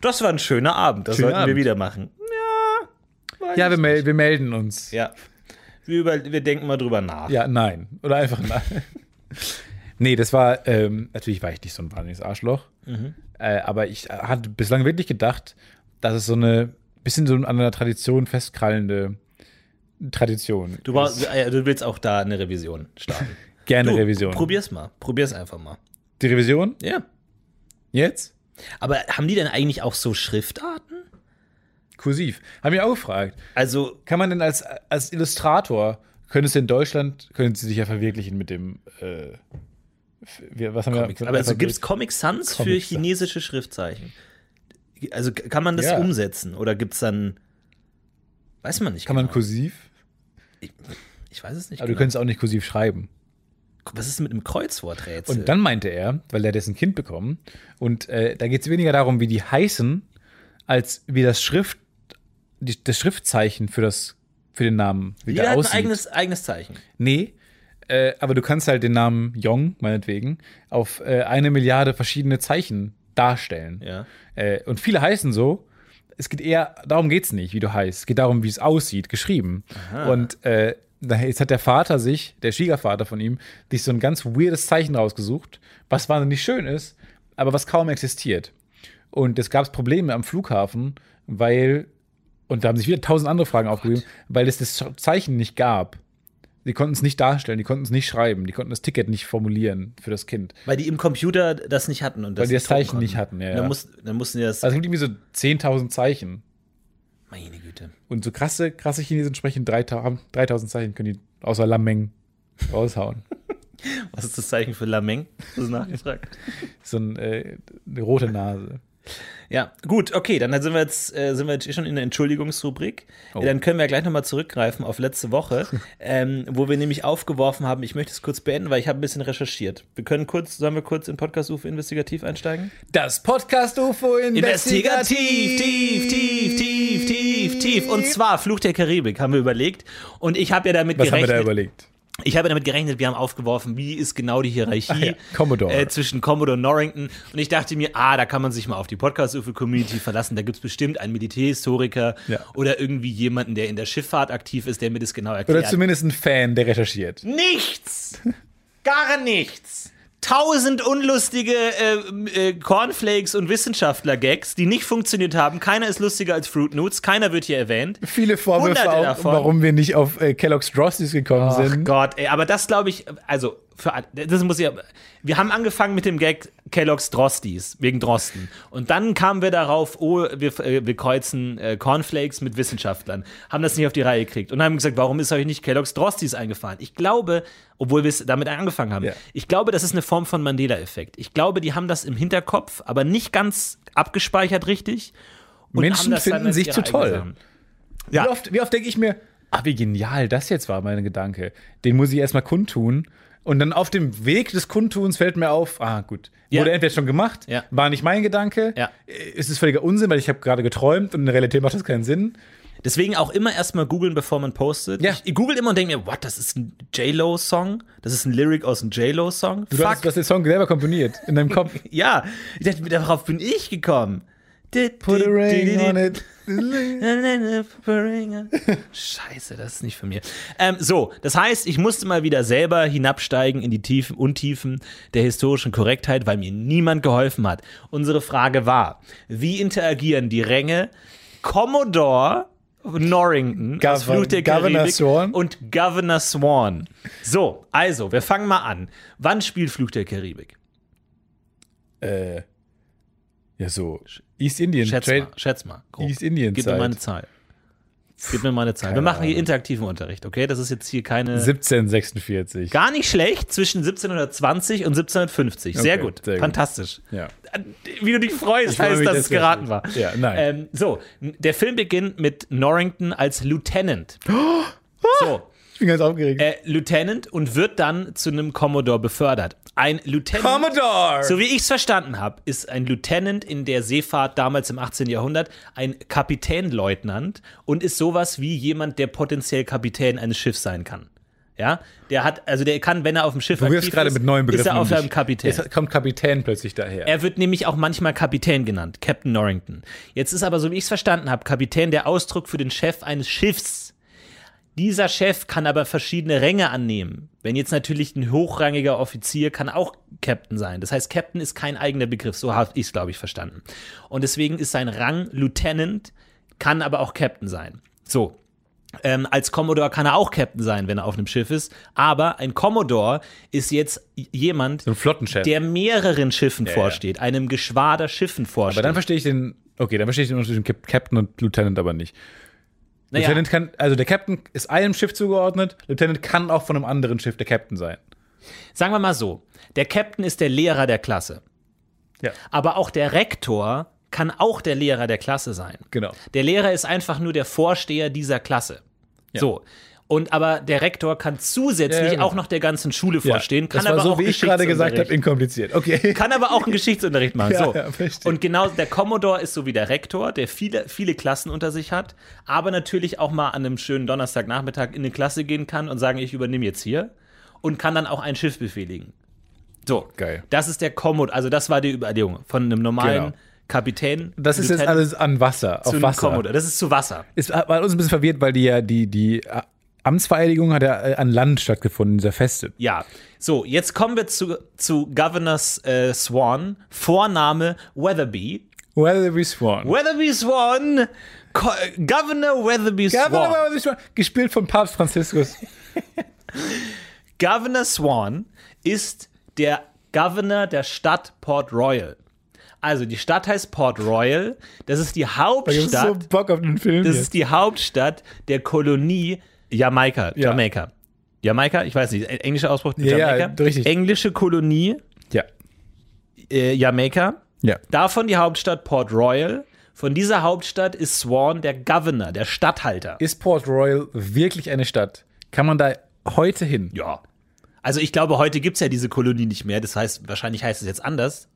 S2: Das war ein schöner Abend, das
S3: Schöner
S2: sollten wir
S3: Abend.
S2: wieder machen.
S3: Ja, wir, mel wir melden uns.
S2: Ja. Wir, über, wir denken mal drüber nach.
S3: Ja, nein. Oder einfach nein. nee, das war, ähm, natürlich war ich nicht so ein wahnsinniges Arschloch.
S2: Mhm.
S3: Äh, aber ich hatte bislang wirklich gedacht, dass es so eine, bisschen so an einer Tradition festkrallende Tradition.
S2: Du, brauchst, äh, du willst auch da eine Revision starten.
S3: Gerne
S2: du,
S3: Revision.
S2: Probier's mal. Probier's einfach mal.
S3: Die Revision?
S2: Ja.
S3: Jetzt?
S2: Aber haben die denn eigentlich auch so Schriftarten?
S3: Kursiv. Haben mich auch gefragt.
S2: Also,
S3: Kann man denn als, als Illustrator, könntest du in Deutschland, können sie sich ja verwirklichen mit dem, äh, f- wir- was haben
S2: Comic,
S3: wir?
S2: aber also
S3: Alphabet?
S2: gibt's Comic Sans für
S3: Comic Sans.
S2: chinesische Schriftzeichen? Also k- kann man das
S3: Ja.
S2: umsetzen oder gibt's dann weiß man nicht.
S3: Kann man
S2: genau.
S3: kursiv?
S2: Ich weiß es nicht.
S3: Aber du
S2: genau.
S3: könntest auch nicht kursiv schreiben.
S2: Was ist mit einem Kreuzworträtsel?
S3: Und dann meinte er, weil er dessen Kind bekommen, und äh, da geht es weniger darum, wie die heißen, als wie das Schrift, die, das Schriftzeichen für das für den Namen, wie
S2: jeder
S3: der
S2: hat ein
S3: aussieht.
S2: eigenes, eigenes Zeichen.
S3: nee, äh, aber du kannst halt den Namen Yong, meinetwegen, auf äh, eine Milliarde verschiedene Zeichen darstellen.
S2: Ja.
S3: Äh, und viele heißen so. Es geht eher, darum geht es nicht, wie du heißt. Es geht darum, wie es aussieht, geschrieben. Und äh, daher- jetzt hat der Vater sich, der Schwiegervater von ihm, sich so ein ganz weirdes Zeichen rausgesucht, was wahnsinnig schön ist, aber was kaum existiert. Und es gab Probleme am Flughafen, weil, und da haben sich wieder tausend andere Fragen aufgegeben, weil es das Zeichen nicht gab. Die konnten es nicht darstellen, die konnten es nicht schreiben, die konnten das Ticket nicht formulieren für das Kind.
S2: Weil die im Computer das nicht hatten und das
S3: Weil die das
S2: nicht drucken
S3: Zeichen
S2: konnten.
S3: nicht hatten, ja,
S2: Dann,
S3: ja.
S2: muss, dann mussten die das.
S3: Also es gibt irgendwie so 10.000 Zeichen.
S2: meine Güte.
S3: Und so krasse, krasse Chinesen sprechen 3000, haben 3000 Zeichen, können die außer Lameng raushauen.
S2: Was ist das Zeichen für Lameng? Das ist nachgefragt.
S3: so ein, äh, eine rote Nase.
S2: Ja, gut, okay, dann sind wir jetzt, äh, sind wir jetzt eh schon in der Entschuldigungsrubrik. Dann können wir gleich nochmal zurückgreifen auf letzte Woche, ähm, wo wir nämlich aufgeworfen haben, ich möchte es kurz beenden, weil ich habe ein bisschen recherchiert. Wir können kurz, sollen wir kurz in Podcast UFO investigativ einsteigen?
S3: Das Podcast UFO
S2: Investigativ, tief, tief, tief, tief, tief. Und zwar Fluch der Karibik haben wir überlegt. Und ich habe ja damit
S3: Was haben wir
S2: gerechnet.
S3: da überlegt?
S2: Ich habe damit gerechnet, wir haben aufgeworfen, wie ist genau die Hierarchie
S3: Ah ja, Commodore.
S2: Äh, zwischen Commodore und Norrington. Und ich dachte mir, ah, da kann man sich mal auf die Podcast-UFO-Community verlassen. Da gibt es bestimmt einen Militärhistoriker
S3: Ja.
S2: oder irgendwie jemanden, der in der Schifffahrt aktiv ist, der mir das genau
S3: Oder
S2: erklärt.
S3: zumindest ein Fan, der recherchiert.
S2: nichts! Gar nichts! Tausend unlustige äh, äh, Cornflakes und Wissenschaftler-Gags, die nicht funktioniert haben. Keiner ist lustiger als Fruit Nuts. Keiner wird hier erwähnt.
S3: Viele Vorwürfe,
S2: Hunderte
S3: auch,
S2: davon.
S3: warum wir nicht auf äh, Kellogg's Drossies gekommen
S2: Ach
S3: sind.
S2: Gott, ey, aber das glaube ich, also für all- das muss ich. Wir haben angefangen mit dem Gag Kellogg's Drostis wegen Drosten und dann kamen wir darauf, oh, wir, äh, wir kreuzen äh, Cornflakes mit Wissenschaftlern, haben das nicht auf die Reihe gekriegt und haben gesagt, warum ist euch nicht Kellogg's Drostis eingefahren? Ich glaube, obwohl wir es damit angefangen haben,
S3: Ja.
S2: ich glaube, das ist eine Form von Mandela-Effekt. Ich glaube, die haben das im Hinterkopf, aber nicht ganz abgespeichert richtig. und haben
S3: Menschen
S2: das dann
S3: finden
S2: als
S3: sich
S2: ihre
S3: zu
S2: eigene
S3: toll.
S2: Sache.
S3: Wie oft, wie oft denke ich mir, ah, wie genial das jetzt war, mein Gedanke. Den muss ich erstmal kundtun. Und dann auf dem Weg des Kundtuns fällt mir auf, ah, gut,
S2: Ja.
S3: wurde entweder schon gemacht,
S2: Ja.
S3: war nicht mein Gedanke,
S2: Ja.
S3: äh, ist es völliger Unsinn, weil ich habe gerade geträumt und in der Realität macht das keinen Sinn.
S2: Deswegen auch immer erstmal googeln, bevor man postet.
S3: Ja.
S2: Ich, ich google immer und denke mir, what, das ist ein J-Lo-Song? Das ist ein Lyric aus einem J-Lo-Song?
S3: Du hast, du hast den Song selber komponiert in deinem Kopf.
S2: Ja, ich dachte, darauf bin ich gekommen.
S3: Put a ring on it.
S2: Scheiße, das ist nicht von mir. Ähm, so, das heißt, ich musste mal wieder selber hinabsteigen in die Tiefen, Untiefen der historischen Korrektheit, weil mir niemand geholfen hat. Unsere Frage war, wie interagieren die Ränge Commodore Norrington aus
S3: Govern-
S2: Fluch der
S3: Governor
S2: Karibik
S3: Swan?
S2: und Governor Swan? So, also, wir fangen mal an. Wann spielt Fluch der Karibik?
S3: äh, ja, so. East Indian.
S2: Schätz
S3: Trade-
S2: mal, schätz mal. grob.
S3: East Indian
S2: Gib mir
S3: Zeit.
S2: mal eine Zahl. Gib mir mal eine Zahl. Wir
S3: keine
S2: machen hier
S3: Ahnung.
S2: interaktiven Unterricht, okay? Das ist jetzt hier keine.
S3: 1746.
S2: Gar nicht schlecht zwischen 1720 und 1750. Sehr
S3: Okay,
S2: gut.
S3: sehr gut.
S2: Fantastisch.
S3: Ja.
S2: Wie du dich freust,
S3: Ich freue
S2: heißt,
S3: mich,
S2: dass
S3: dass
S2: es geraten
S3: das-
S2: war.
S3: Ja, nein.
S2: Ähm, so, der Film beginnt mit Norrington als Lieutenant. So,
S3: Ich bin ganz aufgeregt.
S2: äh, Lieutenant und wird dann zu einem Commodore befördert. Ein Lieutenant.
S3: Commodore!
S2: So wie ich es verstanden habe, ist ein Lieutenant in der Seefahrt damals im 18. Jahrhundert ein Kapitänleutnant und ist sowas wie jemand, der potenziell Kapitän eines Schiffs sein kann. Ja, der hat, also der kann, wenn er auf dem Schiff
S3: du wirfst
S2: aktiv
S3: gerade
S2: ist,
S3: mit neuen
S2: ist
S3: Begriffen.
S2: er auf
S3: um
S2: einem
S3: dich.
S2: Kapitän.
S3: Jetzt kommt Kapitän plötzlich daher.
S2: Er wird nämlich auch manchmal Kapitän genannt, Captain Norrington. Jetzt ist aber, so wie ich es verstanden habe, Kapitän der Ausdruck für den Chef eines Schiffs. Dieser Chef kann aber verschiedene Ränge annehmen. Wenn jetzt natürlich ein hochrangiger Offizier kann auch Captain sein. Das heißt, Captain ist kein eigener Begriff, so habe ich es, glaube ich, verstanden. Und deswegen ist sein Rang Lieutenant, kann aber auch Captain sein. So, ähm, als Commodore kann er auch Captain sein, wenn er auf einem Schiff ist. Aber ein Commodore ist jetzt jemand,
S3: so ein Flottenchef.
S2: der mehreren Schiffen vorsteht, einem Geschwader Schiffen
S3: aber
S2: vorsteht.
S3: dann verstehe ich den. Okay, dann verstehe ich den Unterschied zwischen Cap- Captain und Lieutenant aber nicht.
S2: Naja,
S3: Lieutenant kann, also der Captain ist einem Schiff zugeordnet, Lieutenant kann auch von einem anderen Schiff der Captain sein.
S2: sagen wir mal so, der Captain ist der Lehrer der Klasse.
S3: Ja.
S2: Aber auch der Rektor kann auch der Lehrer der Klasse sein.
S3: Genau.
S2: Der Lehrer ist einfach nur der Vorsteher dieser Klasse. So. Und aber der Rektor kann zusätzlich
S3: Ja, genau. ja,
S2: auch noch der ganzen Schule vorstehen, kann
S3: das war
S2: aber
S3: so,
S2: auch
S3: wie ich gerade gesagt
S2: Geschichtsunterricht-
S3: habe, inkompliziert. Okay.
S2: kann aber auch einen Geschichtsunterricht machen.
S3: Ja,
S2: so.
S3: ja, verstehe.
S2: und genau, der Commodore ist so wie der Rektor, der viele, viele Klassen unter sich hat, aber natürlich auch mal an einem schönen Donnerstagnachmittag in eine Klasse gehen kann und sagen, ich übernehme jetzt hier und kann dann auch ein Schiff befehligen. So,
S3: Geil.
S2: das ist der Commodore, also das war die Überlegung von einem normalen
S3: Genau.
S2: Kapitän.
S3: Das ist jetzt
S2: Lieutenant
S3: alles an Wasser,
S2: zu
S3: auf
S2: einem
S3: Wasser.
S2: Commodore. Das ist zu Wasser.
S3: Es war uns ein bisschen verwirrt, weil die ja die, die äh, Amtsvereidigung hat ja äh, an Land stattgefunden, dieser Feste.
S2: Ja, so, jetzt kommen wir zu, zu Governor äh, Swan, Vorname Weatherby.
S3: Weatherby Swan.
S2: Weatherby Swan, Co Governor Weatherby Swan.
S3: Governor
S2: Governor,
S3: Weatherby Swan, gespielt von Papst Franziskus.
S2: Swan ist der Governor der Stadt Port Royal. Also die Stadt heißt Port Royal. Das ist die
S3: Ich hab so
S2: Hauptstadt.
S3: Bock auf den Film.
S2: das
S3: jetzt.
S2: ist die Hauptstadt der Kolonie Jamaika.
S3: Ja.
S2: Jamaika. Jamaika, ich weiß nicht, englischer Ausbruch.
S3: Ja, ja, richtig.
S2: Englische Kolonie
S3: ja.
S2: äh, Jamaika.
S3: Ja.
S2: Davon die Hauptstadt Port Royal. Von dieser Hauptstadt ist Swan der Governor, der Statthalter.
S3: Ist Port Royal wirklich eine Stadt? Kann man da heute hin?
S2: Ja. Also ich glaube, heute gibt es ja diese Kolonie nicht mehr. Das heißt, wahrscheinlich heißt es jetzt anders.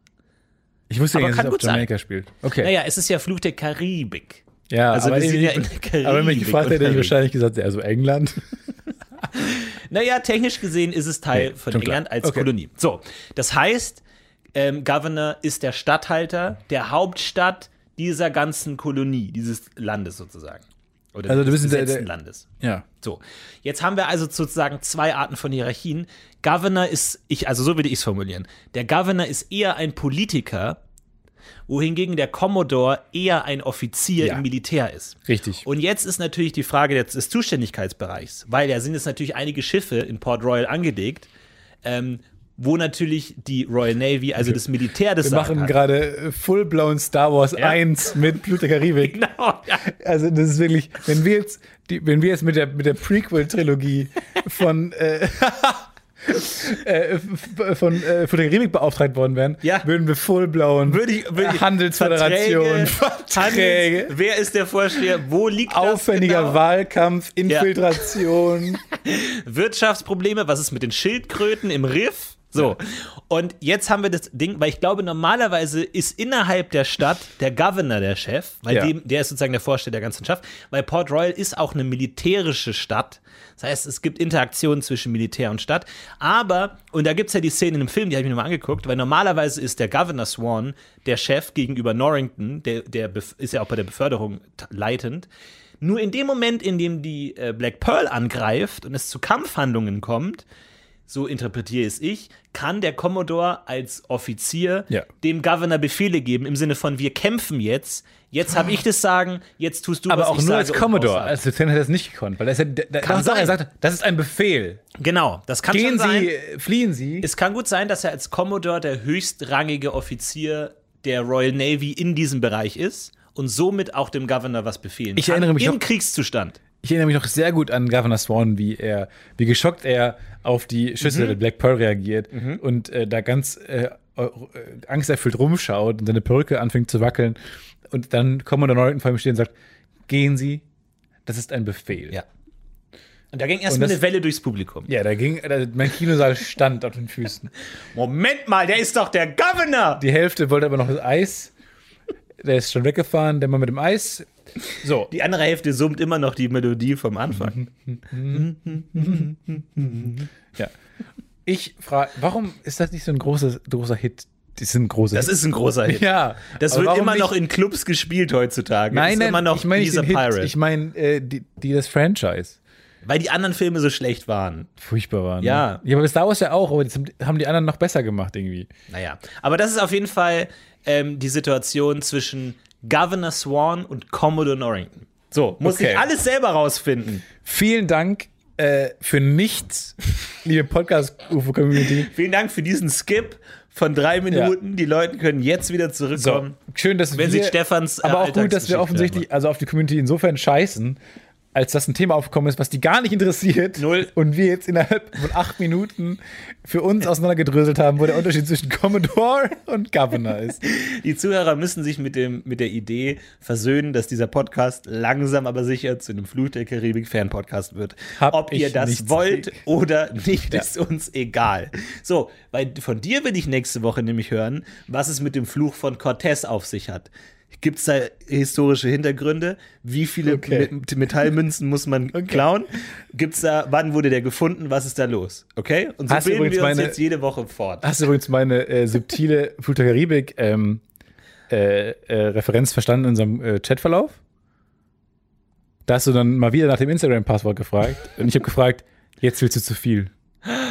S3: Ich wusste
S2: Aber
S3: ja, dass
S2: kann
S3: es auf
S2: gut sein.
S3: Jamaika spielt. Okay.
S2: Naja, es ist ja Fluch der Karibik.
S3: ja,
S2: also
S3: aber,
S2: wir sind
S3: irgendwie-
S2: ja in der Karibik
S3: aber wenn mich gefragt hätte, hätte ich
S2: unterwegs.
S3: wahrscheinlich gesagt, also England.
S2: Naja, technisch gesehen ist es Teil
S3: Nee,
S2: von
S3: schon klar.
S2: England als
S3: Okay.
S2: Kolonie. So, das heißt, ähm, Governor ist der Statthalter der Hauptstadt dieser ganzen Kolonie, dieses Landes sozusagen. Oder
S3: Also du
S2: des
S3: bist der-
S2: besetzten
S3: der-
S2: Landes.
S3: Ja.
S2: So, jetzt haben wir also sozusagen zwei Arten von Hierarchien. Governor ist, ich, also so würde ich es formulieren, der Governor ist eher ein Politiker, wohingegen der Commodore eher ein Offizier
S3: Ja.
S2: im Militär ist.
S3: Richtig.
S2: Und jetzt ist natürlich die Frage des, des Zuständigkeitsbereichs, weil da sind jetzt natürlich einige Schiffe in Port Royal angelegt, ähm, wo natürlich die Royal Navy, also das Militär des
S3: Wir machen gerade full-blown Star Wars
S2: Ja.
S3: 1 mit Blut der Karibik.
S2: Genau, ja.
S3: Also das ist wirklich, wenn wir jetzt, die, wenn wir jetzt mit der, mit der Prequel-Trilogie von, äh, äh, f- von äh, Blut der Karibik beauftragt worden wären,
S2: Ja.
S3: würden wir full-blown
S2: Würde ich, würde ich, Verträge,
S3: Handelsföderation, Verträge.
S2: Handels, wer ist der Vorsteher? Wo liegt
S3: aufwendiger
S2: das genau?
S3: Wahlkampf, Infiltration.
S2: Wirtschaftsprobleme, was ist mit den Schildkröten im Riff? So. Und jetzt haben wir das Ding, weil ich glaube, normalerweise ist innerhalb der Stadt der Governor der Chef, weil
S3: Ja.
S2: dem, der ist sozusagen der Vorsteher der ganzen Stadt, weil Port Royal ist auch eine militärische Stadt. Das heißt, es gibt Interaktionen zwischen Militär und Stadt. Aber, und da gibt es ja die Szene in dem Film, die habe ich mir mal angeguckt, weil normalerweise ist der Governor Swan der Chef gegenüber Norrington, der, der bef- ist ja auch bei der Beförderung t- leitend. Nur in dem Moment, in dem die äh, Black Pearl angreift und es zu Kampfhandlungen kommt, so interpretiere es ich, kann der Commodore als Offizier
S3: Ja.
S2: dem Governor Befehle geben, im Sinne von, wir kämpfen jetzt, jetzt habe ich das Sagen, jetzt tust du was
S3: Aber auch
S2: ich
S3: nur
S2: sage
S3: als
S2: und
S3: Commodore.
S2: aussage.
S3: Als Lieutenant hat er es nicht gekonnt, weil er, ist ja, der, der,
S2: Kann
S3: doch, doch, er
S2: sein.
S3: sagt, das ist ein Befehl.
S2: Genau, das kann schon
S3: Also Gehen
S2: sein.
S3: Sie, äh, fliehen Sie.
S2: Es kann gut sein, dass er als Commodore der höchstrangige Offizier der Royal Navy in diesem Bereich ist und somit auch dem Governor was befehlen
S3: Ich
S2: kann.
S3: erinnere mich
S2: Im
S3: noch-
S2: Kriegszustand.
S3: Ich erinnere mich noch sehr gut an Governor Swan, wie er, wie geschockt er auf die Schüsse der Black Pearl reagiert und äh, da ganz äh, eu- äh, angsterfüllt rumschaut und seine Perücke anfängt zu wackeln. Und dann Commodore Norton vor ihm steht und sagt: Gehen Sie, das ist ein Befehl.
S2: Ja. Und da ging
S3: Und
S2: erstmal
S3: das-
S2: eine Welle durchs Publikum.
S3: Ja, da ging, da, mein Kinosaal stand auf den Füßen.
S2: Moment mal, der ist doch der Governor!
S3: Die Hälfte wollte aber noch das Eis. Der ist schon weggefahren, der Mann mit dem Eis. So,
S2: Die andere Hälfte summt immer noch die Melodie vom Anfang.
S3: Mhm. ja. Ich frage, warum ist das nicht so ein großes, großer Hit? Das ist ein großer
S2: Das
S3: Hit.
S2: ist ein großer Hit.
S3: ja.
S2: Das
S3: aber
S2: wird
S3: warum
S2: immer
S3: nicht-
S2: noch in Clubs gespielt heutzutage. Das
S3: Nein,
S2: ist
S3: nein,
S2: immer noch
S3: ich meine nicht
S2: dieser
S3: den Hit,
S2: Pirate.
S3: ich meine äh, die, die das Franchise.
S2: weil die anderen Filme so schlecht waren.
S3: Furchtbar waren.
S2: Ja.
S3: Ne? Ja, aber bei Star Wars ja auch, aber das haben- haben die anderen noch besser gemacht irgendwie.
S2: Naja. Aber das ist auf jeden Fall ähm, die Situation zwischen Governor Swan und Commodore Norrington. So, muss
S3: Okay.
S2: ich alles selber rausfinden.
S3: Vielen Dank äh, für nichts, liebe Podcast-UFO-Community.
S2: Vielen Dank für diesen Skip von drei Minuten. Die Leute können jetzt wieder
S3: So,
S2: zurückkommen.
S3: Ähm, schön, dass
S2: Wenn
S3: wir,
S2: sie Stefans, äh,
S3: aber auch gut, dass
S2: Alltagsgeschichte
S3: wir offensichtlich also auf die Community insofern scheißen, als dass ein Thema aufgekommen ist, was die gar nicht interessiert.
S2: Null.
S3: Und wir jetzt innerhalb von acht Minuten für uns auseinandergedröselt haben, wo der Unterschied zwischen Commodore und Governor ist.
S2: Die Zuhörer müssen sich mit, dem, mit der Idee versöhnen, dass dieser Podcast langsam aber sicher zu einem Fluch der Karibik-Fan-Podcast wird.
S3: Hab
S2: Ob ihr
S3: ich
S2: das
S3: nichts
S2: wollt oder nicht, ist uns egal. So, weil von dir will ich nächste Woche nämlich hören, was es mit dem Fluch von Cortez auf sich hat. Gibt es da historische Hintergründe? Wie viele
S3: Okay.
S2: Me- Metallmünzen muss man klauen? Gibt's da, wann wurde der gefunden? Was ist da los? Okay? Und so
S3: Hast du
S2: bilden
S3: übrigens
S2: wir uns
S3: meine-
S2: jetzt jede Woche fort.
S3: Hast du übrigens meine äh, subtile Flut der Karibik ähm, äh, äh, Referenz verstanden in unserem äh, Chatverlauf? Da hast du dann mal wieder nach dem Instagram-Passwort gefragt und ich habe gefragt, jetzt willst du zu viel.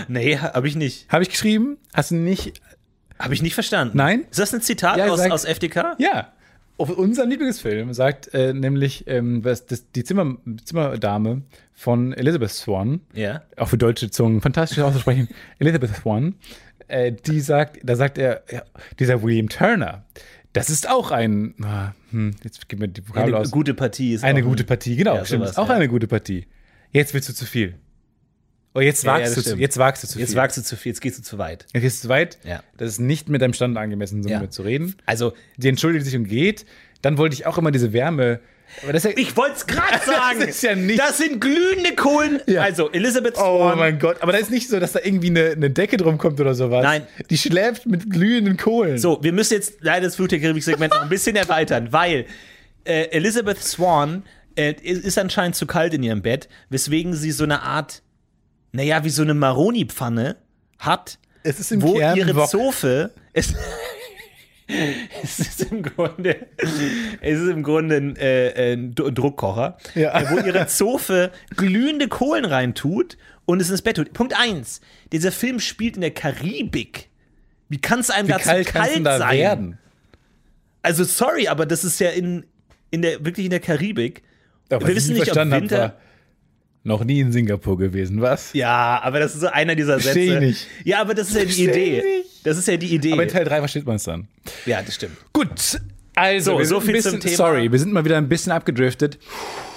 S2: Nee, habe ich nicht.
S3: Habe ich geschrieben? Hast du nicht?
S2: Habe ich nicht verstanden.
S3: Nein?
S2: Ist das ein Zitat
S3: Ja,
S2: aus,
S3: sag-
S2: aus FDK?
S3: Ja. Auf unserem Lieblingsfilm sagt äh, nämlich ähm, was, das, die Zimmer, Zimmerdame von Elizabeth Swan,
S2: Ja.
S3: auch für deutsche Zungen fantastisch auszusprechen, Elizabeth Swan, äh, die sagt, da sagt er, ja, dieser William Turner, das ist auch ein, ah, hm, jetzt gib mir die Vokabel
S2: Eine
S3: aus.
S2: gute Partie ist
S3: eine
S2: auch
S3: gute
S2: ein-
S3: Partie, genau,
S2: Ja,
S3: stimmt,
S2: sowas,
S3: ist auch
S2: ja.
S3: eine gute Partie. Jetzt willst du zu viel. Oh, jetzt
S2: Ja, ja,
S3: wagst
S2: das
S3: du, zu,
S2: stimmt.
S3: jetzt wagst du zu
S2: Jetzt
S3: viel.
S2: wagst du zu viel, jetzt gehst du zu weit.
S3: jetzt gehst du zu weit.
S2: Ja.
S3: Das ist nicht mit deinem Stand angemessen, so
S2: Ja.
S3: mit zu reden.
S2: Also,
S3: Die entschuldigt sich und geht. Dann wollte ich auch immer diese Wärme. Aber das ist ja,
S2: ich wollte es gerade sagen.
S3: Das ist ja nicht-
S2: Das sind glühende Kohlen.
S3: Ja.
S2: Also, Elizabeth
S3: Oh
S2: Swan.
S3: mein Gott, aber da ist nicht so, dass da irgendwie eine, eine Decke drum kommt oder sowas.
S2: Nein.
S3: Die schläft mit glühenden Kohlen.
S2: so, wir müssen jetzt leider das Fluch der Karibik-Segment noch ein bisschen erweitern, weil äh, Elizabeth Swan äh, ist anscheinend zu kalt in ihrem Bett, weswegen sie so eine Art, naja, wie so eine Maroni-Pfanne hat,
S3: Es ist im
S2: wo
S3: Kern
S2: ihre
S3: Wok.
S2: Zofe es, es ist im Grunde es ist im Grunde ein, äh, ein D- Druckkocher,
S3: Ja.
S2: äh, wo ihre Zofe glühende Kohlen reintut und es ins Bett tut. Punkt eins: Dieser Film spielt in der Karibik. Wie kann es einem
S3: Wie
S2: da zu
S3: kalt kann's
S2: kalt
S3: denn da
S2: sein?
S3: werden?
S2: Also sorry, aber das ist ja in, in der wirklich in der Karibik.
S3: Ja, was
S2: Wir
S3: ich
S2: wissen
S3: nie
S2: nicht, ob
S3: verstanden hab,
S2: Winter-
S3: war, noch nie in Singapur gewesen, was?
S2: Ja, aber das ist so einer dieser Sätze.
S3: Versteh ich nicht.
S2: Ja, aber das ist ja die
S3: Versteh ich
S2: Idee.
S3: nicht.
S2: Das ist ja die Idee.
S3: Aber in Teil 3 versteht man es dann.
S2: ja, das stimmt.
S3: Gut. Also,
S2: So,
S3: wir
S2: so
S3: sind ein
S2: viel zum
S3: bisschen,
S2: Thema.
S3: Sorry, wir sind mal wieder ein bisschen abgedriftet.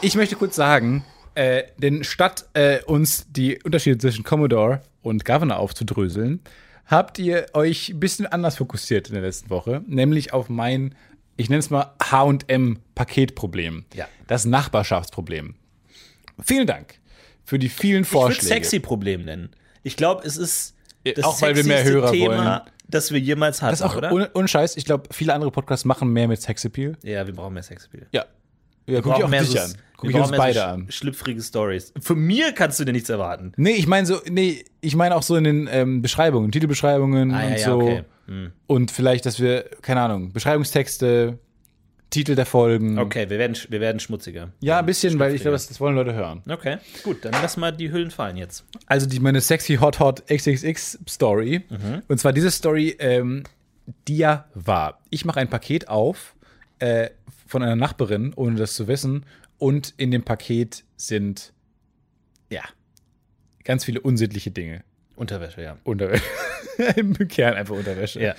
S3: Ich möchte kurz sagen, äh, denn statt äh, uns die Unterschiede zwischen Commodore und Governor aufzudröseln, habt ihr euch ein bisschen anders fokussiert in der letzten Woche, nämlich auf mein, ich nenne es mal H&M-Paketproblem.
S2: Ja.
S3: Das Nachbarschaftsproblem. Vielen Dank für die vielen
S2: Ich würde
S3: Vorschläge.
S2: sexy Problem nennen. Ich glaube, es ist das
S3: auch weil wir mehr
S2: sexyste
S3: Hörer
S2: Thema,
S3: wollen.
S2: das wir jemals hatten,
S3: Das ist auch
S2: oder?
S3: un unscheiß. Ich glaube, viele andere Podcasts machen mehr mit Sexappeal.
S2: Ja, wir brauchen mehr Sexspiele.
S3: Ja. Ja,
S2: Wir
S3: guck ich auch
S2: brauchen mehr
S3: dich
S2: so-
S3: an. Guck
S2: wir
S3: ich uns
S2: brauchen mehr
S3: beide
S2: so
S3: an. Mhm.
S2: sch- schlüpfrige Stories. Von mir kannst du dir nichts erwarten.
S3: Nee, ich meine so, nee, ich meine auch so in den ähm, Beschreibungen, Titelbeschreibungen
S2: Ah, ja,
S3: und
S2: ja,
S3: so.
S2: okay. Hm.
S3: Und vielleicht, dass wir, keine Ahnung, Beschreibungstexte, Titel der Folgen.
S2: Okay, wir werden, sch- wir werden schmutziger.
S3: Ja, ein bisschen, weil ich glaube, das, das wollen Leute hören.
S2: Okay, gut, dann lass mal die Hüllen fallen jetzt.
S3: Also die, meine sexy Hot Hot XXX Story.
S2: Mhm.
S3: Und zwar diese Story, ähm, die ja war. Ich mache ein Paket auf äh, von einer Nachbarin, ohne das zu wissen. Und in dem Paket sind, ja, ganz viele unsittliche Dinge.
S2: Unterwäsche, ja.
S3: Unterwäsche. Im Kern einfach Unterwäsche.
S2: Ja.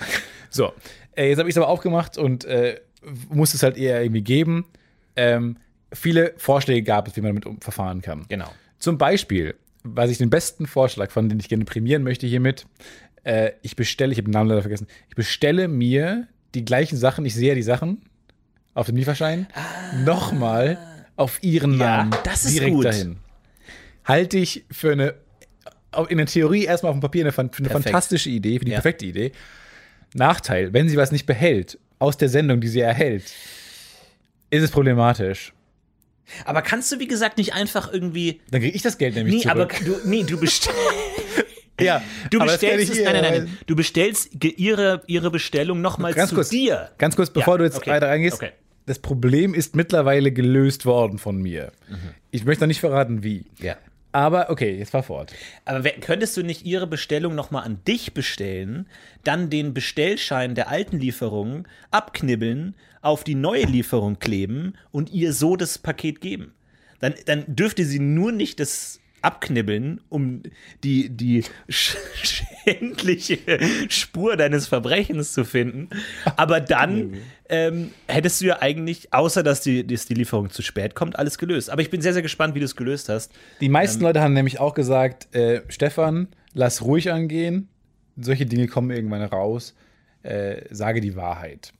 S3: So, äh, jetzt habe ich es aber aufgemacht und äh, musste es halt eher irgendwie geben. Ähm, viele Vorschläge gab es, wie man damit um verfahren kann.
S2: Genau.
S3: Zum Beispiel, was ich den besten Vorschlag fand, den ich gerne prämieren möchte hiermit, äh, ich bestelle, ich habe den Namen leider vergessen, ich bestelle mir die gleichen Sachen, ich sehe ja die Sachen auf dem Lieferschein, nochmal auf ihren
S2: Ah. Ja,
S3: Namen
S2: das ist
S3: direkt
S2: gut.
S3: dahin. Halte ich für eine, in der Theorie erstmal auf dem Papier eine, fan- für eine
S2: Perfekt.
S3: fantastische Idee, für die
S2: Ja.
S3: perfekte Idee. Nachteil, wenn sie was nicht behält, aus der Sendung, die sie erhält, ist es problematisch.
S2: Aber kannst du, wie gesagt, nicht einfach irgendwie.
S3: Dann kriege ich das Geld nämlich
S2: Nee,
S3: zurück.
S2: aber du, nee, du bestellst.
S3: Ja,
S2: Du
S3: aber das kann
S2: bestellst
S3: ich
S2: es,
S3: ihr-
S2: nein, nein, nein, nein. Du bestellst ge- ihre, ihre Bestellung nochmal
S3: Ganz
S2: zu
S3: kurz.
S2: dir.
S3: Ganz kurz, bevor
S2: Ja,
S3: du jetzt
S2: okay,
S3: weiter reingehst.
S2: okay.
S3: Das Problem ist mittlerweile gelöst worden von mir. Ich möchte noch nicht verraten, wie.
S2: Mhm. Ja.
S3: Aber okay, jetzt fahr fort.
S2: Aber wer, könntest du nicht ihre Bestellung nochmal an dich bestellen, dann den Bestellschein der alten Lieferung abknibbeln, auf die neue Lieferung kleben und ihr so das Paket geben? Dann, dann dürfte sie nur nicht das abknibbeln, um die, die sch schändliche Spur deines Verbrechens zu finden. Aber dann ähm, hättest du ja eigentlich, außer dass die, dass die Lieferung zu spät kommt, alles gelöst. Aber ich bin sehr, sehr gespannt, wie du es gelöst hast.
S3: Die meisten
S2: Ähm,
S3: Leute haben nämlich auch gesagt, äh, Stefan, lass ruhig angehen. Solche Dinge kommen irgendwann raus. Äh, sage die Wahrheit.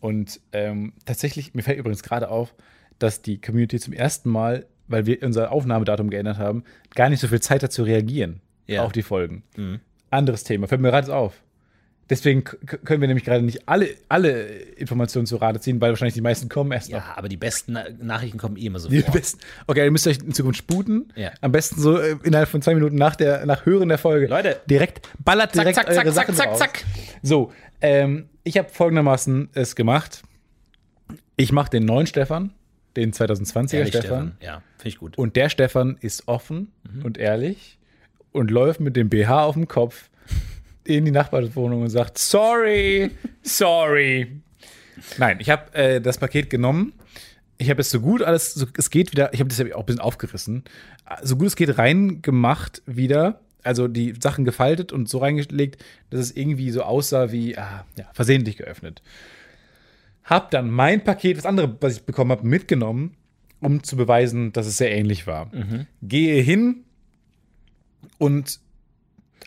S3: Und ähm, tatsächlich, mir fällt übrigens gerade auf, dass die Community zum ersten Mal, weil wir unser Aufnahmedatum geändert haben, gar nicht so viel Zeit hat zu reagieren
S2: Ja. Mhm.
S3: auf die Folgen. Anderes Thema, fällt mir gerade auf. Deswegen k- k- können wir nämlich gerade nicht alle, alle Informationen zu Rate ziehen, weil wahrscheinlich die meisten kommen erst noch.
S2: Ja, aber die besten Na- Nachrichten kommen eh immer
S3: Die
S2: sofort.
S3: besten. Okay, ihr müsst euch in Zukunft sputen.
S2: Ja.
S3: Am besten so äh, innerhalb von zwei Minuten nach, der, nach Hören der Folge.
S2: Leute.
S3: Direkt, ballert direkt
S2: zack,
S3: eure
S2: zack,
S3: Sachen
S2: zack,
S3: raus.
S2: zack.
S3: So, ähm, ich habe folgendermaßen es gemacht. Ich mache den neuen Stefan, den 2020er
S2: Ehrlich,
S3: Stefan.
S2: Ja, finde ich gut.
S3: Und der Stefan ist offen und ehrlich und läuft mit dem BH auf dem Kopf in die Nachbarwohnung und sagt, sorry, sorry. Nein, ich habe äh, das Paket genommen. Ich habe es so gut alles, so, es geht wieder, ich habe das ja auch ein bisschen aufgerissen, so gut es geht reingemacht wieder, also die Sachen gefaltet und so reingelegt, dass es irgendwie so aussah wie ah, ja, versehentlich geöffnet. Hab dann mein Paket, das andere, was ich bekommen habe, mitgenommen, um zu beweisen, dass es sehr ähnlich war. Gehe hin und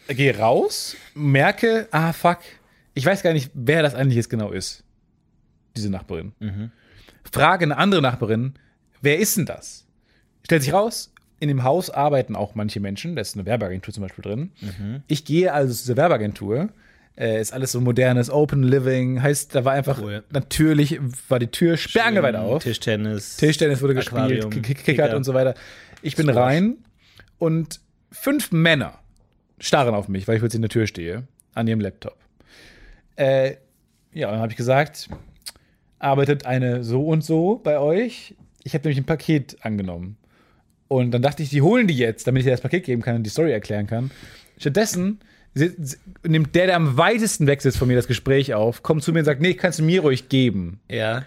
S3: gehe raus, merke, ah fuck, ich weiß gar nicht, wer das eigentlich jetzt genau ist, diese Nachbarin. Frage eine andere Nachbarin, wer ist denn das? Stellt sich raus, in dem Haus arbeiten auch manche Menschen, da ist eine Werbeagentur zum Beispiel drin. Ich gehe also zu dieser Werbeagentur, äh, ist alles so modernes Open Living, heißt, da war einfach
S2: Cool.
S3: natürlich, war die Tür sperrangelweit auf.
S2: Mhm. Tischtennis.
S3: Tischtennis wurde
S2: Aquarium,
S3: gespielt, Kick- Kickert
S2: Kicker.
S3: und so weiter. Ich bin rein und fünf Männer starren auf mich, weil ich kurz in der Tür stehe, an ihrem Laptop. Äh, ja, dann habe ich gesagt, arbeitet eine so und so bei euch? Ich habe nämlich ein Paket angenommen. Und dann dachte ich, die holen die jetzt, damit ich dir das Paket geben kann und die Story erklären kann. Stattdessen si- si- nimmt der, der am weitesten weg sitzt von mir, das Gespräch auf, kommt zu mir und sagt, nee, kannst du mir ruhig geben.
S2: Ja.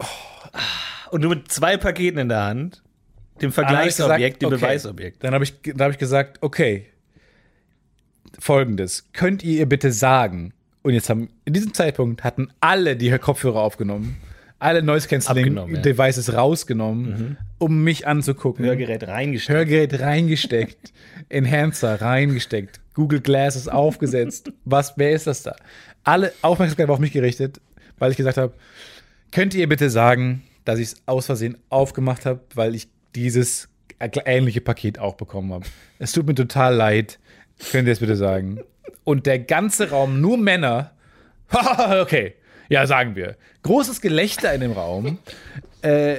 S2: Oh. Und nur mit zwei Paketen in der Hand. Dem
S3: Dann hab ich
S2: Vergleichsobjekt, dem
S3: gesagt, okay.
S2: Beweisobjekt.
S3: Dann habe ich, dann hab ich gesagt, okay, folgendes. Könnt ihr ihr bitte sagen, und jetzt haben, in diesem Zeitpunkt hatten alle die Kopfhörer aufgenommen,
S2: Abgenommen,
S3: alle
S2: ja. Mhm.
S3: Noise-Canceling-Devices rausgenommen, um mich anzugucken.
S2: Hörgerät reingestellt.
S3: Hörgerät reingesteckt, Enhancer reingesteckt, Google Glass ist aufgesetzt. Was, wer ist das da? Alle Aufmerksamkeit war auf mich gerichtet, weil ich gesagt habe, könnt ihr bitte sagen, dass ich es aus Versehen aufgemacht habe, weil ich dieses ähnliche Paket auch bekommen habe. Es tut mir total leid. Könnt ihr es bitte sagen? Und der ganze Raum, nur Männer. okay, ja, sagen wir. Großes Gelächter in dem Raum. äh,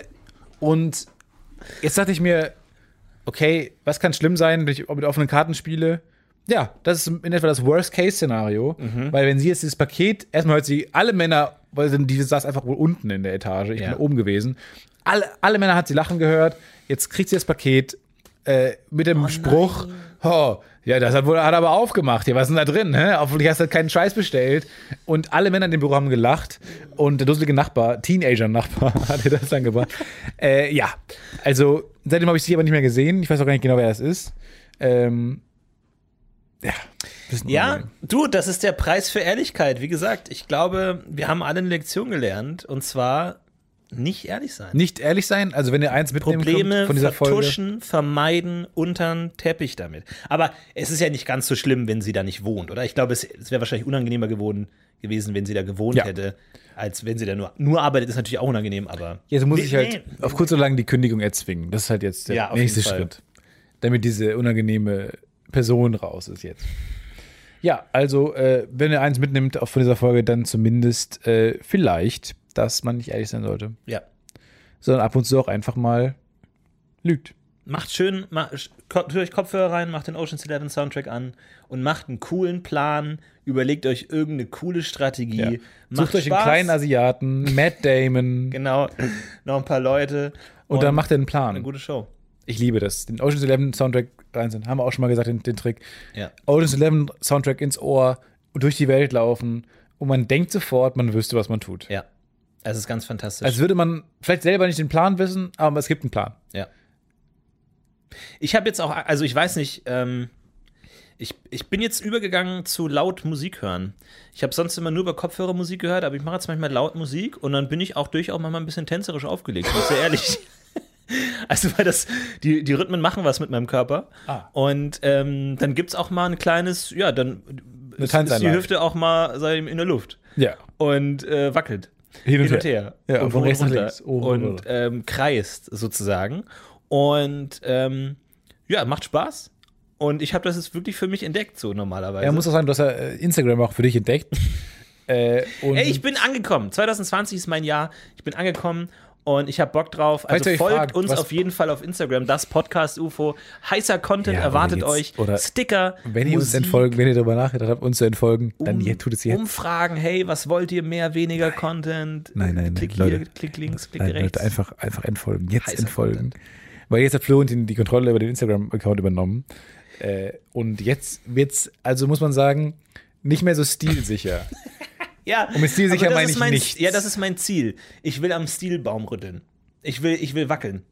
S3: und jetzt dachte ich mir, okay, was kann schlimm sein, wenn ich mit offenen Karten spiele? Ja, das ist in etwa das Worst-Case-Szenario, weil wenn sie jetzt dieses Paket, erstmal hört sie alle Männer, weil sie- die saß einfach wohl unten in der Etage, ich
S2: Ja.
S3: bin oben gewesen, alle, alle Männer hat sie lachen gehört, jetzt kriegt sie das Paket äh, mit dem Spruch, oh, ja, das hat wohl hat er aber aufgemacht, hier, was ist denn da drin, hä? Hoffentlich hast du keinen Scheiß bestellt und alle Männer in dem Büro haben gelacht und der dusselige Nachbar, Teenager-Nachbar, hat ihr das dann gebracht. äh, ja, also seitdem habe ich sie aber nicht mehr gesehen, ich weiß auch gar nicht genau, wer das ist. Ähm,
S2: Ja, du, das ist der Preis für Ehrlichkeit. Wie gesagt, ich glaube, wir haben alle eine Lektion gelernt und zwar nicht ehrlich sein.
S3: nicht ehrlich sein. Also wenn ihr eins mitnehmen
S2: Probleme
S3: könnt von dieser Folge.
S2: vertuschen, vermeiden, untern Teppich damit. Aber es ist ja nicht ganz so schlimm, wenn sie da nicht wohnt, oder? Ich glaube, es, es wäre wahrscheinlich unangenehmer geworden, gewesen, wenn sie da gewohnt
S3: Ja.
S2: hätte, als wenn sie da nur, nur arbeitet, ist natürlich auch unangenehm, aber.
S3: Jetzt muss
S2: Nee,
S3: ich halt
S2: nee.
S3: auf kurz oder lang die Kündigung erzwingen. Das ist halt jetzt der
S2: Ja, auf
S3: nächste
S2: jeden Fall.
S3: Schritt. Damit diese unangenehme Person raus ist jetzt. Ja, also äh, wenn ihr eins mitnimmt auf- von dieser Folge, dann zumindest äh, vielleicht, dass man nicht ehrlich sein sollte,
S2: Ja.
S3: sondern ab und zu auch einfach mal lügt.
S2: Macht schön, ma, sch- ko- tut euch Kopfhörer rein, macht den Ocean's Eleven Soundtrack an und macht einen coolen Plan, überlegt euch irgendeine coole Strategie.
S3: Ja.
S2: Macht
S3: Sucht euch einen
S2: Spaß.
S3: kleinen Asiaten, Matt Damon
S2: Genau, noch ein paar Leute.
S3: und dann macht er einen Plan.
S2: eine gute Show.
S3: Ich liebe das. Den Ocean's Eleven Soundtrack reinziehen. Haben wir auch schon mal gesagt, den, den Trick.
S2: Ja.
S3: Ocean's Eleven Soundtrack ins Ohr, durch die Welt laufen und man denkt sofort, man wüsste, was man tut.
S2: Ja. Es ist ganz fantastisch.
S3: Als würde man vielleicht selber nicht den Plan wissen, aber es gibt einen Plan.
S2: Ja. Ich habe jetzt auch, also ich weiß nicht, ähm, ich, ich bin jetzt übergegangen zu laut Musik hören. Ich habe sonst immer nur über Kopfhörer Musik gehört, aber ich mache jetzt manchmal laut Musik und dann bin ich auch durchaus manchmal ein bisschen tänzerisch aufgelegt, bin ich sehr ehrlich. Also, weil das, die, die Rhythmen machen was mit meinem Körper.
S3: Ah.
S2: Und ähm, dann gibt es auch mal ein kleines, ja, dann
S3: Eine
S2: ist, ist die
S3: Tanzeinlage.
S2: Hüfte auch mal sei ihm in der Luft
S3: Ja.
S2: und äh, wackelt.
S3: Hin und
S2: her.
S3: her. Ja,
S2: und
S3: von
S2: hoch
S3: rechts nach
S2: runter.
S3: links, oben und
S2: Und ähm, kreist sozusagen. Und ähm, ja, macht Spaß. Und ich habe das jetzt wirklich für mich entdeckt, so normalerweise.
S3: Er muss auch sagen, du hast ja äh, Instagram auch für dich entdeckt. äh, und
S2: Ey, ich bin angekommen. 2020 ist mein Jahr. Ich bin angekommen und ich habe Bock drauf. Also
S3: Falls ihr euch
S2: folgt
S3: fragt,
S2: uns
S3: was-
S2: auf jeden Fall auf Instagram, das Podcast UFO. Heißer Content
S3: Ja, aber
S2: erwartet
S3: jetzt-
S2: euch.
S3: oder-
S2: Sticker.
S3: wenn ihr uns
S2: Musik,
S3: entfolgen, wenn ihr darüber nachgedacht habt, uns zu entfolgen, dann
S2: Um-
S3: ihr tut es jetzt.
S2: Umfragen, hey, was wollt ihr mehr, weniger Content?
S3: Nein, nein,
S2: klick
S3: nein,
S2: hier,
S3: Leute.
S2: klick links, klick
S3: Nein,
S2: rechts.
S3: Leute, einfach, einfach entfolgen. Jetzt
S2: Heißer
S3: entfolgen.
S2: Content.
S3: Weil jetzt hat Florentin die Kontrolle über den Instagram-Account übernommen. Äh, und jetzt wird's, also muss man sagen, nicht mehr so stilsicher.
S2: Ja,
S3: mit stilsicher
S2: aber das
S3: meine
S2: ist
S3: ich
S2: mein,
S3: nichts.
S2: Ja, das ist mein Ziel. Ich will am Stilbaum rütteln. Ich will, ich will wackeln.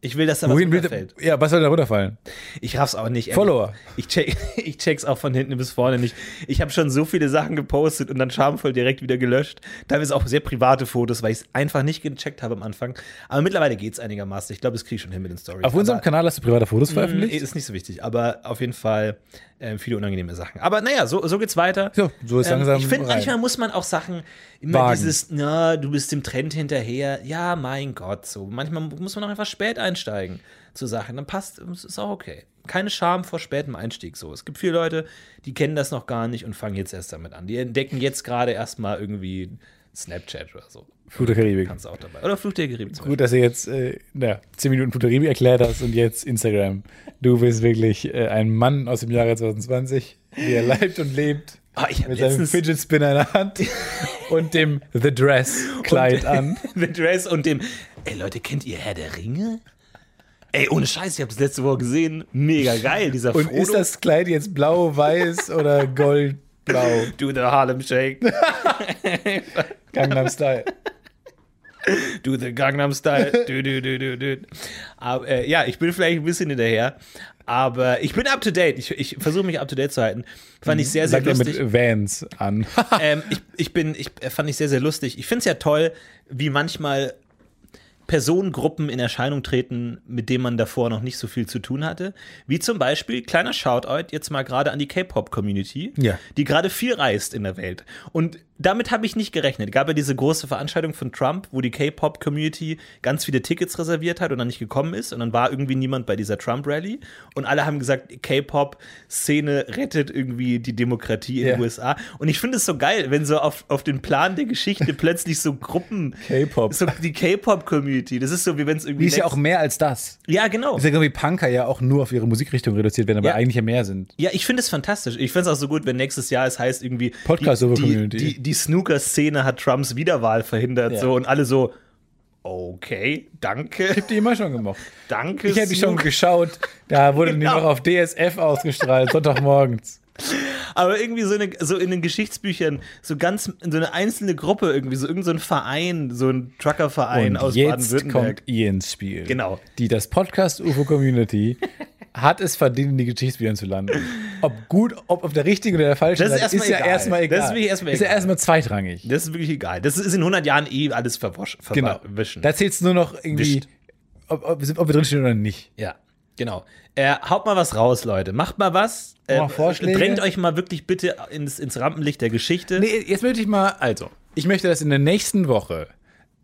S2: Ich will, dass da was
S3: Wohin will,
S2: runterfällt.
S3: ja, was soll da runterfallen?
S2: Ich raff's auch nicht. ehrlich.
S3: Follower.
S2: Ich, check, ich check's auch von hinten bis vorne nicht. Ich habe schon so viele Sachen gepostet und dann schamvoll direkt wieder gelöscht. Teilweise auch sehr private Fotos, weil ich es einfach nicht gecheckt habe am Anfang. Aber mittlerweile geht's einigermaßen. Ich glaube, es kriege ich schon hin mit den Stories.
S3: Auf unserem
S2: Aber-
S3: Kanal hast du private Fotos
S2: Mm,
S3: veröffentlicht?
S2: Ist nicht so wichtig, aber auf jeden Fall äh, viele unangenehme Sachen. Aber naja, so, so geht's weiter.
S3: Ja, so ist langsam
S2: Ähm, Ich finde,
S3: rein.
S2: manchmal muss man auch Sachen immer
S3: Wagen.
S2: dieses, na, du bist dem Trend hinterher. Ja, mein Gott, so. Manchmal muss man auch einfach spät einsteigen zu Sachen. Dann passt, ist auch okay. Keine Scham vor spätem Einstieg so. Es gibt viele Leute, die kennen das noch gar nicht und fangen jetzt erst damit an. Die entdecken jetzt gerade erstmal irgendwie Snapchat oder so.
S3: Flug der Karibik.
S2: Kannst du auch dabei. Oder Fluch der Karibik zum
S3: Gut, dass ihr jetzt, äh, naja, 10 Minuten Flug der Karibik erklärt hast und jetzt Instagram. Du bist wirklich äh, ein Mann aus dem Jahre 2020, der lebt und lebt.
S2: Ah, ich hab
S3: mit seinem
S2: letztens-
S3: Fidget Spinner in der Hand und dem The Dress Kleid an.
S2: The Dress und dem. Ey Leute, kennt ihr Herr der Ringe? Ey, ohne Scheiß, ich habe das letzte Woche gesehen. Mega geil, dieser
S3: Und
S2: Frodo.
S3: ist das Kleid jetzt blau, weiß oder goldblau?
S2: Do the Harlem Shake,
S3: Gangnam Style.
S2: do the Gangnam Style, do, do, do, do, do. Aber, äh, ja, ich bin vielleicht ein bisschen hinterher, aber ich bin up to date. Ich, ich versuche mich up to date zu halten. Fand ich sehr, sehr
S3: Sagt er
S2: lustig.
S3: Mhm. mit Vans an.
S2: ähm, ich, ich bin, ich äh, fand ich sehr, sehr lustig. Ich finde es ja toll, wie manchmal Personengruppen in Erscheinung treten, mit denen man davor noch nicht so viel zu tun hatte. Wie zum Beispiel, kleiner Shoutout jetzt mal gerade an die K-Pop-Community,
S3: Ja.
S2: die gerade viel reist in der Welt. Und damit habe ich nicht gerechnet. Gab ja diese große Veranstaltung von Trump, wo die K-Pop-Community ganz viele Tickets reserviert hat und dann nicht gekommen ist. Und dann war irgendwie niemand bei dieser Trump-Rally. Und alle haben gesagt, K-Pop-Szene rettet irgendwie die Demokratie in den
S3: Ja.
S2: USA. Und ich finde es so geil, wenn so auf, auf den Plan der Geschichte plötzlich so Gruppen.
S3: K-Pop.
S2: So die K-Pop-Community. Das ist so, wie wenn es irgendwie.
S3: Die ist ja
S2: next-
S3: auch mehr als das.
S2: ja, genau.
S3: Ist ja irgendwie Punker ja auch nur auf ihre Musikrichtung reduziert werden, aber
S2: Ja.
S3: eigentlich ja mehr sind.
S2: Ja, ich finde es fantastisch. Ich finde es auch so gut, wenn nächstes Jahr es heißt irgendwie
S3: Podcast
S2: die,
S3: over
S2: die,
S3: Community.
S2: die, die Snooker-Szene hat Trumps Wiederwahl verhindert
S3: Ja.
S2: so und alle so okay, danke,
S3: Die immer schon gemocht.
S2: danke.
S3: Ich hätte die schon
S2: Snook.
S3: geschaut. Da wurde die
S2: Genau.
S3: noch auf DSF ausgestrahlt, Sonntagmorgens.
S2: Aber irgendwie so, eine, so in den Geschichtsbüchern so ganz so eine einzelne Gruppe irgendwie so irgend so ein Verein, so ein Truckerverein
S3: Und
S2: aus
S3: jetzt kommt
S2: Baden-Württemberg.
S3: ihr ins Spiel.
S2: Genau.
S3: Die das Podcast UFO Community hat es verdient, in die Geschichtsbüchern zu landen. Ob gut, ob auf der richtigen oder der falschen
S2: Das ist
S3: Seite,
S2: erstmal
S3: ja
S2: egal. Das
S3: erstmal egal.
S2: ist wirklich erstmal
S3: Ist ja
S2: egal.
S3: erstmal zweitrangig.
S2: Das ist wirklich egal. Das ist in 100 Jahren eh alles verwaschen.
S3: Genau.
S2: Verwischen.
S3: Da zählt es nur noch irgendwie,
S2: Wischt.
S3: ob, ob, ob wir drinstehen oder nicht.
S2: Ja, genau. Äh, haut mal was raus, Leute. Macht mal was. Äh,
S3: mal Vorschläge.
S2: Drängt euch mal wirklich bitte ins, ins Rampenlicht der Geschichte.
S3: Nee, jetzt möchte ich mal, also, ich möchte, dass in der nächsten Woche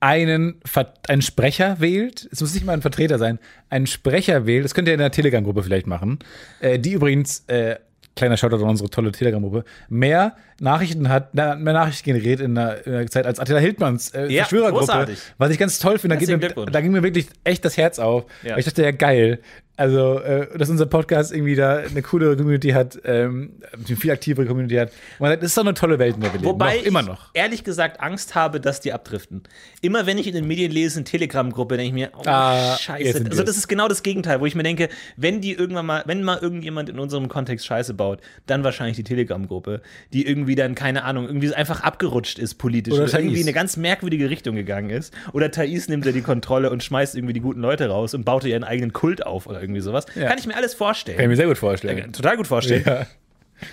S3: einen, Ver einen Sprecher wählt, es muss nicht mal ein Vertreter sein, einen Sprecher wählt, das könnt ihr in der Telegram-Gruppe vielleicht machen, äh, die übrigens, äh, kleiner Shoutout an unsere tolle Telegram-Gruppe, mehr Nachrichten hat, na, mehr Nachrichten generiert in der, in der Zeit als Attila Hildmanns äh,
S2: Ja,
S3: Verschwörergruppe,
S2: großartig.
S3: was ich ganz toll finde, da, geht
S2: Herzlichen
S3: mir,
S2: Glückwunsch.
S3: da ging mir wirklich echt das Herz auf,
S2: Ja.
S3: weil ich dachte, ja geil, also, äh, dass unser Podcast irgendwie da eine coole Community hat, ähm, eine viel aktivere Community hat. Man sagt, das ist doch eine tolle Welt, in der wir leben.
S2: Wobei
S3: noch, immer
S2: ich
S3: noch.
S2: ehrlich gesagt Angst habe, dass die abdriften. Immer wenn ich in den Medien lese, in Telegram-Gruppe, denke ich mir, oh
S3: Ah, jetzt
S2: Scheiße.
S3: sind
S2: Also
S3: wir's.
S2: das ist genau das Gegenteil, wo ich mir denke, wenn die irgendwann mal, wenn mal irgendjemand in unserem Kontext Scheiße baut, dann wahrscheinlich die Telegram-Gruppe, die irgendwie dann keine Ahnung, irgendwie einfach abgerutscht ist politisch
S3: Oder
S2: oder irgendwie
S3: Thais.
S2: in eine ganz merkwürdige Richtung gegangen ist. Oder Thais nimmt ja die Kontrolle und schmeißt irgendwie die guten Leute raus und baut ihren eigenen Kult auf oder irgendwie sowas.
S3: Ja.
S2: Kann ich mir alles
S3: Kann ich
S2: vorstellen.
S3: mir sehr gut vorstellen.
S2: Total gut vorstellen.
S3: Ja.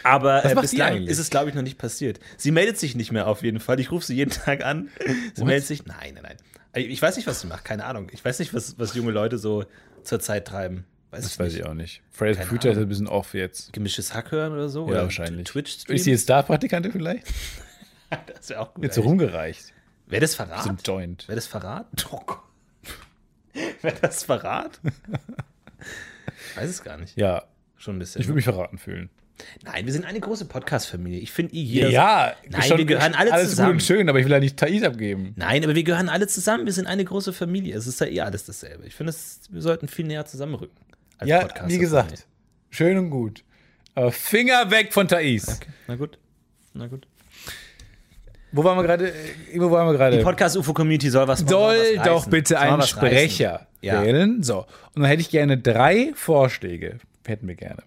S2: Aber äh,
S3: macht die
S2: bislang
S3: eigentlich?
S2: ist es, glaube ich, noch nicht passiert. Sie meldet sich nicht mehr auf jeden Fall. Ich rufe sie jeden Tag an. Sie meldet sich. Nein, nein, nein. Ich weiß nicht, was sie macht. Keine Ahnung. Ich weiß nicht, was, was junge Leute so zur Zeit treiben. Weiß
S3: Das
S2: ich
S3: weiß
S2: nicht.
S3: ich auch nicht. Fridays for
S2: Keine
S3: Future ist
S2: Ahnung.
S3: ein bisschen off jetzt.
S2: Gemischtes Hack hören oder so?
S3: Ja,
S2: oder
S3: wahrscheinlich.
S2: Twitch
S3: Ist sie jetzt Star-Praktikantin vielleicht?
S2: Das wäre auch gut.
S3: Jetzt so
S2: eigentlich.
S3: rumgereicht.
S2: Wäre das
S3: So ein
S2: Verrat?
S3: Joint.
S2: Wäre das Verrat? Oh Gott. Wäre das Verrat? weiß es gar nicht.
S3: Ja,
S2: Schon ein
S3: ich
S2: bisschen.
S3: würde mich verraten fühlen.
S2: Nein, wir sind eine große Podcast-Familie. Ich finde, jeder. Nein,
S3: schon-
S2: wir gehören alle
S3: alles
S2: zusammen.
S3: gut und schön, aber ich will ja nicht Thais abgeben.
S2: Nein, aber wir gehören alle zusammen. Wir sind eine große Familie. Es ist ja eh alles dasselbe. Ich finde, es- wir sollten viel näher zusammenrücken. als
S3: Ja,
S2: Podcaster.
S3: wie gesagt, schön und gut. Aber Finger weg von Thais.
S2: Okay, na gut. Na gut.
S3: Wo waren wir gerade? äh, Wo waren wir gerade?
S2: Die Podcast-UFO-Community soll was
S3: soll
S2: was
S3: doch
S2: reißen.
S3: bitte
S2: Soll
S3: einen
S2: was reißen.
S3: Sprecher
S2: Ja.
S3: wählen. So, und dann hätte ich gerne drei Vorschläge. Hätten wir gerne.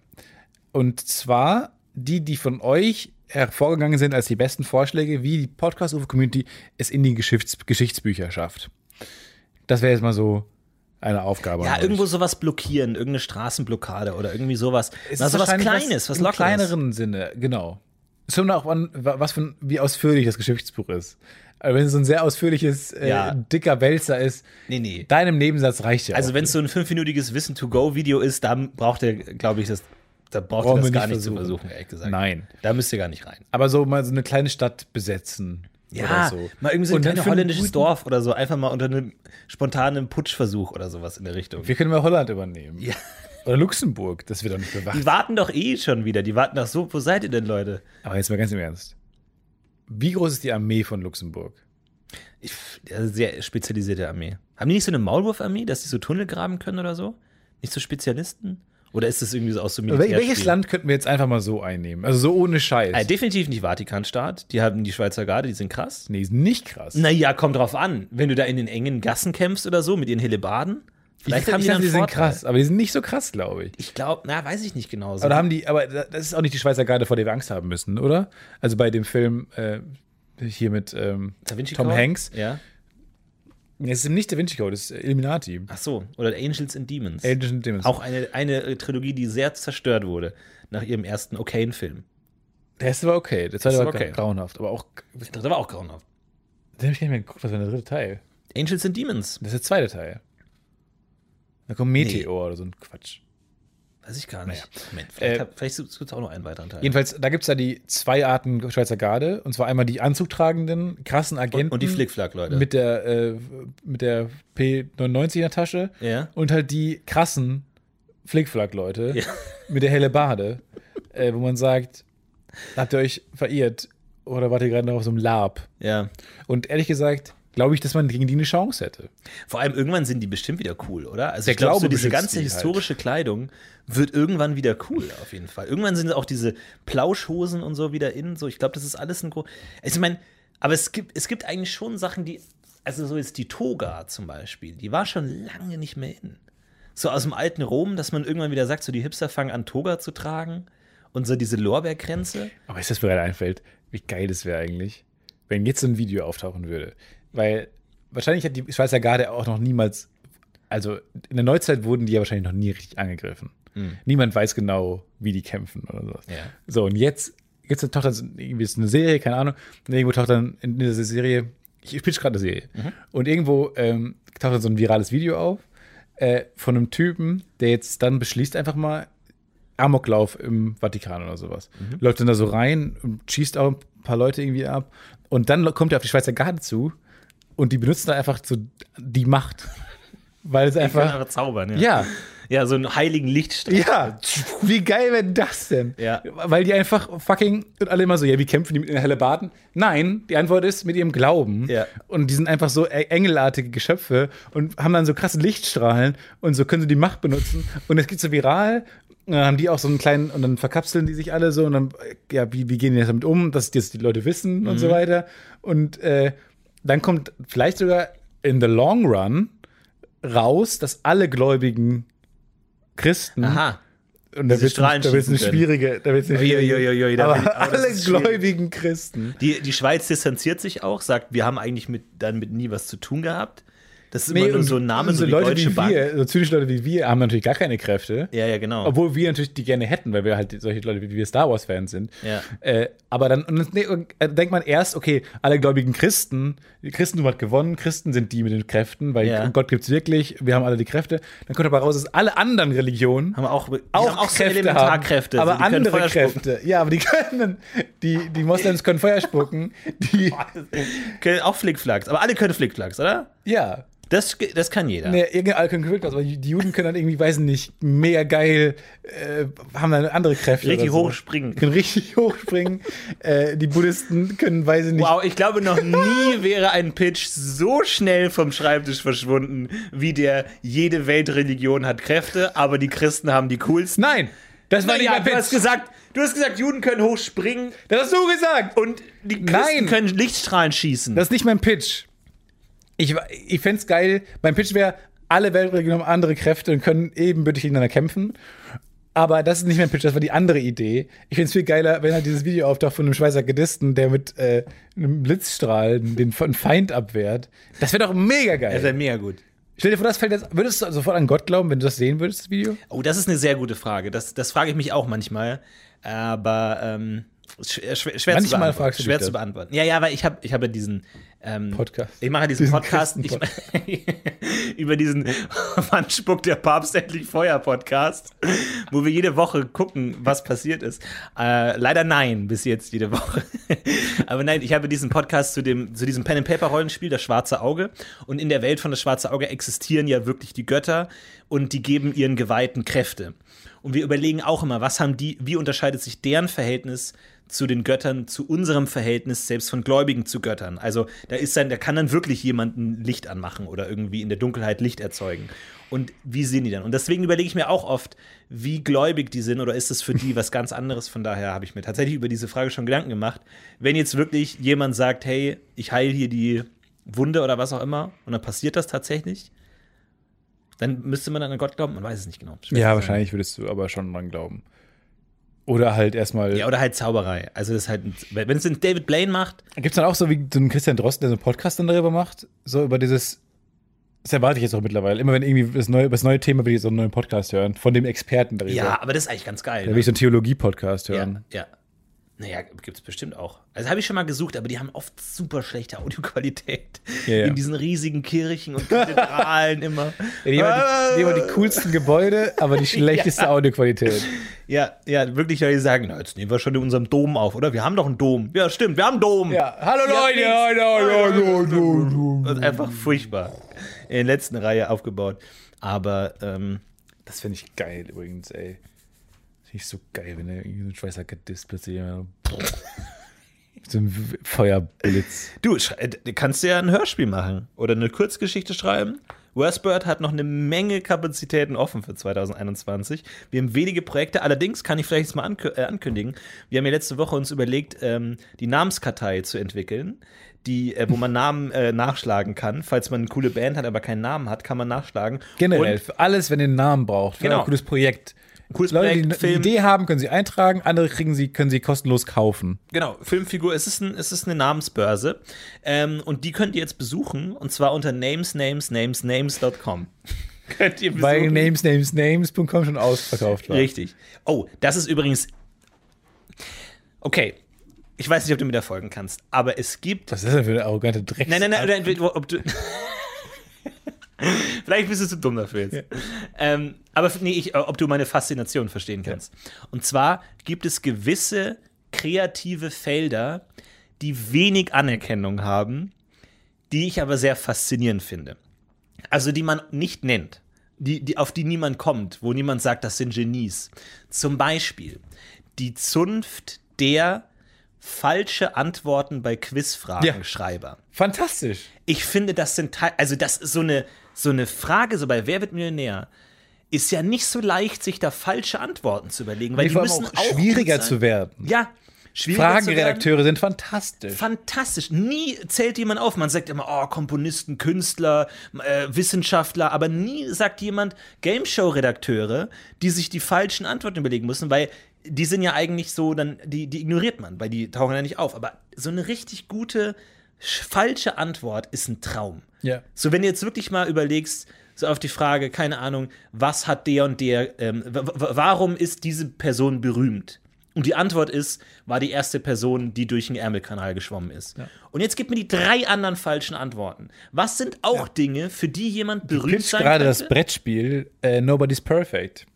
S3: Und zwar die, die von euch hervorgegangen sind als die besten Vorschläge, wie die Podcast-UFO-Community es in die Geschichts Geschichtsbücher schafft. Das wäre jetzt mal so eine Aufgabe. an
S2: Ja,
S3: euch.
S2: irgendwo sowas blockieren, irgendeine Straßenblockade oder irgendwie sowas.
S3: Es
S2: Na,
S3: ist
S2: sowas
S3: wahrscheinlich
S2: Kleines, Also was
S3: Im
S2: Lockeres.
S3: kleineren Sinne, genau. Es kommt auch an, wa- was für, ein- wie ausführlich das Geschichtsbuch ist. Also wenn es so ein sehr ausführliches, äh,
S2: Ja.
S3: dicker Wälzer ist,
S2: Nee, nee.
S3: deinem Nebensatz reicht ja.
S2: Also,
S3: auch.
S2: wenn es so ein fünfminütiges Wissen-to-go-Video ist, da braucht ihr, glaube ich, das, da braucht ihr
S3: Brauchen
S2: das
S3: wir
S2: gar
S3: nicht
S2: nicht zu
S3: versuchen.
S2: versuchen, ehrlich gesagt.
S3: Nein.
S2: Da müsst ihr gar nicht rein.
S3: Aber so mal so eine kleine Stadt besetzen.
S2: Ja,
S3: oder so.
S2: mal irgendwie so ein
S3: Und dann
S2: kleines
S3: für einen
S2: holländisches
S3: guten-
S2: Dorf oder so, einfach mal unter einem spontanen Putschversuch oder sowas in der Richtung.
S3: Wir können mal Holland übernehmen.
S2: Ja.
S3: Oder Luxemburg, das wird doch nicht bewacht.
S2: Die warten doch eh schon wieder. Die warten doch so, wo seid ihr denn, Leute?
S3: Aber jetzt mal ganz im Ernst. Wie groß ist die Armee von Luxemburg?
S2: Ich, ja, sehr spezialisierte Armee. Haben die nicht so eine Maulwurfarmee, dass die so Tunnel graben können oder so? Nicht so Spezialisten? Oder ist das irgendwie so aus so
S3: Wel
S2: Militär
S3: welches Land könnten wir jetzt einfach mal so einnehmen? Also so ohne Scheiß.
S2: Äh, definitiv nicht Vatikanstaat. Die haben die Schweizer Garde, die sind krass.
S3: nee, ist nicht krass.
S2: Naja, kommt drauf an. Wenn du da in den engen Gassen kämpfst oder so mit ihren Hillebarden, vielleicht
S3: ich
S2: haben die dann
S3: dachte, die sind
S2: Vorteil.
S3: krass, aber die sind nicht so krass, glaube ich.
S2: Ich glaube, na, weiß ich nicht genau. So.
S3: Oder haben die, aber das ist auch nicht die Schweizer Garde, vor der wir Angst haben müssen, oder? Also bei dem Film äh, hier mit ähm,
S2: Da Vinci
S3: Tom
S2: Code?
S3: Hanks.
S2: Ja.
S3: Nee, Es ist nicht der Vinci Code, es ist Illuminati.
S2: Ach so, oder Angels and Demons.
S3: Angels and Demons.
S2: Auch eine, eine äh, Trilogie, die sehr zerstört wurde nach ihrem ersten Okane-Film.
S3: Der erste war okay, der zweite
S2: Das
S3: war
S2: war okay.
S3: grauenhaft, aber auch.
S2: Der dritte war auch grauenhaft.
S3: Den habe ich gar nicht mehr geguckt, was war der dritte Teil?
S2: Angels and Demons.
S3: Das ist der zweite Teil. Da kommt Meteor oder so ein Quatsch.
S2: Weiß ich gar nicht.
S3: Äh,
S2: Moment, vielleicht, hab- vielleicht gibt es auch noch einen weiteren Teil.
S3: Jedenfalls, da gibt es ja die zwei Arten Schweizer Garde. Und zwar einmal die anzugtragenden, krassen Agenten.
S2: und die Flickflack-Leute.
S3: Mit der, äh, mit der P99 in der Tasche.
S2: Ja.
S3: Und halt die krassen Flickflack-Leute
S2: Ja.
S3: mit der helle Bade, äh, wo man sagt, habt ihr euch verirrt oder wart ihr gerade noch auf so einem Lab?
S2: Ja.
S3: Und ehrlich gesagt, glaube ich, dass man gegen die eine Chance hätte.
S2: Vor allem irgendwann sind die bestimmt wieder cool, oder? Also
S3: Der
S2: ich glaube, so
S3: Glaube
S2: diese
S3: beschützt
S2: ganze
S3: die halt.
S2: historische Kleidung wird irgendwann wieder cool, auf jeden Fall. Irgendwann sind auch diese Plauschhosen und so wieder in. So, ich glaube, das ist alles ein gro Also, ich meine, aber es gibt, es gibt eigentlich schon Sachen, die. Also, so jetzt die Toga zum Beispiel, die war schon lange nicht mehr in. So aus dem alten Rom, dass man irgendwann wieder sagt, so die Hipster fangen an, Toga zu tragen und so diese Lorbeerkränze.
S3: Aber ist das mir gerade einfällt, wie geil das wäre eigentlich, wenn jetzt so ein Video auftauchen würde. Weil wahrscheinlich hat die Schweizer Garde auch noch niemals, also in der Neuzeit wurden die ja wahrscheinlich noch nie richtig angegriffen. Niemand weiß genau, wie die kämpfen oder sowas.
S2: Ja.
S3: So, und jetzt gibt es eine Tochter, irgendwie ist eine Serie, keine Ahnung, und irgendwo taucht dann in dieser Serie, ich pitch gerade eine Serie, und irgendwo ähm, taucht dann so ein virales Video auf äh, von einem Typen, der jetzt dann beschließt, einfach mal Amoklauf im Vatikan oder sowas. Läuft dann da so rein, und schießt auch ein paar Leute irgendwie ab. Und dann kommt er auf die Schweizer Garde zu und die benutzen dann einfach so die Macht. Weil es einfach.
S2: zaubern,
S3: Ja,
S2: Ja, so einen heiligen Lichtstrahl.
S3: ja. Wie geil wäre das denn?
S2: Ja.
S3: Weil die einfach fucking. Und alle immer so, ja, wie kämpfen die mit ihren Hellebarden? Nein, die Antwort ist mit ihrem Glauben.
S2: Ja.
S3: Und die sind einfach so e- engelartige Geschöpfe und haben dann so krasse Lichtstrahlen und so können sie die Macht benutzen. Und es geht so viral. Und dann haben die auch so einen kleinen, und dann verkapseln die sich alle so und dann, äh, ja, wie, wie gehen die jetzt damit um, dass das die Leute wissen und
S2: Mhm.
S3: so weiter. Und äh, dann kommt vielleicht sogar in the long run raus, dass alle gläubigen Christen
S2: Aha.
S3: und da
S2: Diese
S3: wird
S2: Strahlen
S3: da wird's eine
S2: schießen können.
S3: schwierige, da wird's eine
S2: Uiuiuiui,
S3: schwierige.
S2: da
S3: aber
S2: bin ich- aber das
S3: alle
S2: ist schwierig.
S3: gläubigen Christen.
S2: Die, die Schweiz distanziert sich auch, sagt, wir haben eigentlich mit, dann mit nie was zu tun gehabt. Das ist immer nur
S3: und-
S2: so ein Name,
S3: und
S2: so die
S3: Also Leute
S2: Deutsche
S3: wie
S2: Bank.
S3: wir, so zynische Leute wie wir haben natürlich gar keine Kräfte.
S2: Ja, ja, genau.
S3: Obwohl wir natürlich die gerne hätten, weil wir halt solche Leute wie wir Star Wars-Fans sind.
S2: Ja.
S3: Äh, aber dann und, dann- nee, und, äh, denkt man erst, okay, alle gläubigen Christen, die Christentum hat gewonnen, Christen sind die mit den Kräften, weil
S2: Ja.
S3: Gott gibt's wirklich, wir haben alle die Kräfte. Dann kommt aber raus, dass alle anderen Religionen
S2: haben auch, die
S3: auch,
S2: haben auch so
S3: Kräfte
S2: Elementarkräfte.
S3: haben,
S2: so,
S3: aber
S2: also die können
S3: andere
S2: Feuer spucken.
S3: Kräfte. Ja, aber die können, die, die Moslems können Feuer spucken. Die,
S2: Können auch Flickflacks. Aber alle können Flickflacks, oder?
S3: ja,
S2: Das, ge- das kann jeder.
S3: ne, irgendein alle können gewirkt, aber die Juden können dann irgendwie, weiß nicht, mega geil, äh, haben dann andere Kräfte.
S2: Richtig
S3: oder so.
S2: hochspringen.
S3: Können richtig hochspringen. äh, die Buddhisten können, weiß ich nicht.
S2: Wow, ich glaube, noch nie wäre ein Pitch so schnell vom Schreibtisch verschwunden, wie der jede Weltreligion hat Kräfte, aber die Christen haben die coolsten.
S3: Nein, das war
S2: Naja,
S3: nicht
S2: du
S3: mein
S2: hast
S3: Witz.
S2: gesagt, du hast gesagt, Juden können hochspringen
S3: Das hast du gesagt.
S2: und die Christen
S3: Nein.
S2: können Lichtstrahlen schießen.
S3: Das ist nicht mein Pitch. Ich, wa- ich fände es geil. Mein Pitch wäre, alle Weltregionen haben andere Kräfte und können ebenbürtig gegeneinander kämpfen. Aber das ist nicht mein Pitch, das war die andere Idee. Ich finde es viel geiler, wenn halt dieses Video auftaucht von einem Schweizer Gedisten, der mit äh, einem Blitzstrahl den Fe- einen Feind abwehrt. Das wäre doch mega geil.
S2: wäre mega gut.
S3: Stell dir vor, das fällt jetzt. Würdest du sofort an Gott glauben, wenn du das sehen würdest, das Video?
S2: Oh, das ist eine sehr gute Frage. Das, das frage ich mich auch manchmal. Aber ähm, sch schwer, schwer, zu,
S3: Manchmal
S2: beantworten.
S3: fragst du dich
S2: schwer
S3: das.
S2: zu beantworten. Ja, ja, weil ich habe ich hab ja diesen ähm,
S3: Podcast.
S2: Ich mache ja diesen,
S3: Diesen
S2: Podcast ich, über diesen Wann spuckt der Papst endlich Feuer Podcast, wo wir jede Woche gucken, was passiert ist. Äh, leider nein, bis jetzt jede Woche. Aber nein, ich habe diesen Podcast zu, dem, zu diesem Pen-and-Paper-Rollenspiel, das Schwarze Auge. Und in der Welt von das Schwarze Auge existieren ja wirklich die Götter und die geben ihren Geweihten Kräfte. Und wir überlegen auch immer, was haben die, wie unterscheidet sich deren Verhältnis zu den Göttern, zu unserem Verhältnis selbst von Gläubigen zu Göttern. Also da ist dann, da kann dann wirklich jemand ein Licht anmachen oder irgendwie in der Dunkelheit Licht erzeugen. Und wie sehen die dann? Und deswegen überlege ich mir auch oft, wie gläubig die sind oder ist es für die was ganz anderes? Von daher habe ich mir tatsächlich über diese Frage schon Gedanken gemacht. Wenn jetzt wirklich jemand sagt, hey, ich heile hier die Wunde oder was auch immer und dann passiert das tatsächlich, dann müsste man dann an Gott glauben, man weiß es nicht genau. Schwer zu sagen.
S3: würdest du aber schon dran glauben. Oder halt erstmal.
S2: Ja, oder halt Zauberei. Also das ist halt, ein- wenn es ein David Blaine macht,
S3: Gibt es dann auch so wie so einen Christian Drosten, der so einen Podcast dann darüber macht? So über dieses. Das erwarte ich jetzt auch mittlerweile. Immer wenn irgendwie das neue, über das neue Thema will ich so einen neuen Podcast hören, von dem Experten darüber.
S2: ja, aber das ist eigentlich ganz geil.
S3: Da will ich so einen Theologie-Podcast hören.
S2: Ja, ja. Naja, gibt es bestimmt auch. Also habe ich schon mal gesucht, aber die haben oft super schlechte Audioqualität.
S3: Ja, ja.
S2: In diesen riesigen Kirchen und Kathedralen immer.
S3: Ja, die, haben halt die, die, haben die coolsten Gebäude, aber die schlechteste Audioqualität.
S2: Ah! Ja, ja, wirklich, weil die sagen, na, jetzt nehmen wir schon in unserem Dom auf, oder? Wir haben doch einen Dom. Ja, stimmt, wir haben einen Dom.
S3: Ja, hallo Leute, Leute, Leute, Leute, Leute.
S2: Das ist einfach furchtbar. In der letzten Reihe aufgebaut. Aber ähm,
S3: Das finde ich geil übrigens, ey. Finde ich so geil, wenn der irgendwie so ein Schweißer gedisst plötzlich. immer so- Mit so einem W- Feuerblitz.
S2: du, sch- äh, d- kannst du ja ein Hörspiel machen oder eine Kurzgeschichte schreiben. Westbird hat noch eine Menge Kapazitäten offen für 2021. Wir haben wenige Projekte. Allerdings kann ich vielleicht jetzt mal ankü- äh, ankündigen. Wir haben ja letzte Woche uns überlegt, ähm, die Namenskartei zu entwickeln, die, äh, wo man Namen äh, nachschlagen kann. Falls man eine coole Band hat, aber keinen Namen hat, kann man nachschlagen.
S3: Generell,
S2: Und
S3: für alles, wenn ihr einen Namen braucht. Für
S2: Genau.
S3: ein cooles Projekt.
S2: Cooles
S3: Leute, die
S2: Projekt,
S3: eine
S2: Film.
S3: Idee haben, können sie eintragen, andere kriegen sie, können sie kostenlos kaufen.
S2: Genau, Filmfigur, es ist, ein, es ist eine Namensbörse. Ähm, und die könnt ihr jetzt besuchen, und zwar unter namesnamesnamesnames.com. könnt ihr
S3: Bei namesnamesnames.com schon ausverkauft war.
S2: Richtig. Oh, das ist übrigens. Okay, ich weiß nicht, ob du mir da folgen kannst, aber es gibt.
S3: Was ist denn für eine arrogante Drecks?
S2: Nein, nein, nein, nein, nein ob du. Vielleicht bist du zu dumm dafür jetzt. Ähm, aber nee, ich, äh, ob du meine Faszination verstehen kannst. Und zwar gibt es gewisse kreative Felder, die wenig Anerkennung haben, die ich aber sehr faszinierend finde. Also die man nicht nennt, die, die, auf die niemand kommt, wo niemand sagt, das sind Genies. Zum Beispiel die Zunft der falsche Antworten bei Quizfragenschreiber.
S3: Fantastisch.
S2: Ich finde, das sind Teil, also das ist so eine, so eine Frage, so bei Wer wird Millionär, ist ja nicht so leicht, sich da falsche Antworten zu überlegen, weil
S3: Nee,
S2: die
S3: vor allem
S2: müssen
S3: auch
S2: auch gut
S3: schwieriger
S2: sein.
S3: zu werden.
S2: Ja, schwieriger zu werden.
S3: Fragenredakteure sind fantastisch.
S2: Fantastisch. Nie zählt jemand auf. Man sagt immer, oh, Komponisten, Künstler, äh, Wissenschaftler, aber nie sagt jemand Gameshow-Redakteure, die sich die falschen Antworten überlegen müssen, weil die sind ja eigentlich so, dann, die, die ignoriert man, weil die tauchen ja nicht auf. Aber so eine richtig gute, sch- falsche Antwort ist ein Traum.
S3: Ja.
S2: So, wenn du jetzt wirklich mal überlegst, so auf die Frage, keine Ahnung, was hat der und der, ähm, w- w- warum ist diese Person berühmt? Und die Antwort ist, war die erste Person, die durch den Ärmelkanal geschwommen ist. Und jetzt gib mir die drei anderen falschen Antworten. Was sind auch Dinge, für die jemand berühmt
S3: pitcht
S2: sein
S3: gerade das
S2: könnte?
S3: Brettspiel äh, Nobody's Perfect.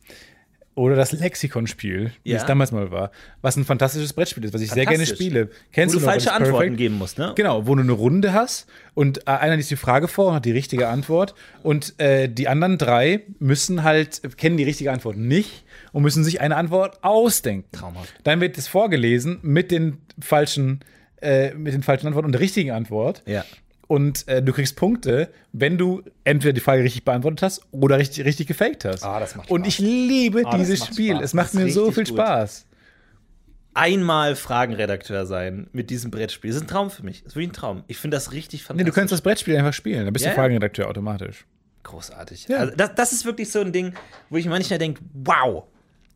S3: Oder das Lexikonspiel, wie
S2: Ja.
S3: es damals mal war. Was ein fantastisches Brettspiel ist, was ich sehr gerne
S2: Fantastisch.
S3: spiele.
S2: Wo
S3: Kennst
S2: du
S3: du Nobody's
S2: falsche Antworten
S3: Perfect?
S2: geben musst, ne?
S3: Genau, wo du eine Runde hast und äh, einer liest die Frage vor und hat die richtige Antwort und äh, die anderen drei müssen halt, kennen die richtige Antwort nicht und müssen sich eine Antwort ausdenken.
S2: Traumhaft.
S3: Dann wird es vorgelesen mit den falschen, äh, mit den falschen Antworten und der richtigen Antwort.
S2: Ja.
S3: Und äh, du kriegst Punkte, wenn du entweder die Frage richtig beantwortet hast oder richtig, richtig gefaked hast.
S2: Ah, das macht
S3: und
S2: Spaß.
S3: ich liebe
S2: Ah, das
S3: dieses
S2: macht
S3: Spiel.
S2: Spaß.
S3: Es macht
S2: Das ist
S3: mir so
S2: richtig
S3: viel
S2: gut.
S3: Spaß.
S2: Einmal Fragenredakteur sein mit diesem Brettspiel. Das ist ein Traum für mich. Das ist wirklich ein Traum. Ich finde das richtig
S3: Nee,
S2: fantastisch.
S3: du kannst das Brettspiel einfach spielen. Dann bist
S2: Ja,
S3: du
S2: ja.
S3: Fragenredakteur automatisch.
S2: großartig.
S3: Ja.
S2: Also das, das ist wirklich so ein Ding, wo ich manchmal denke, wow,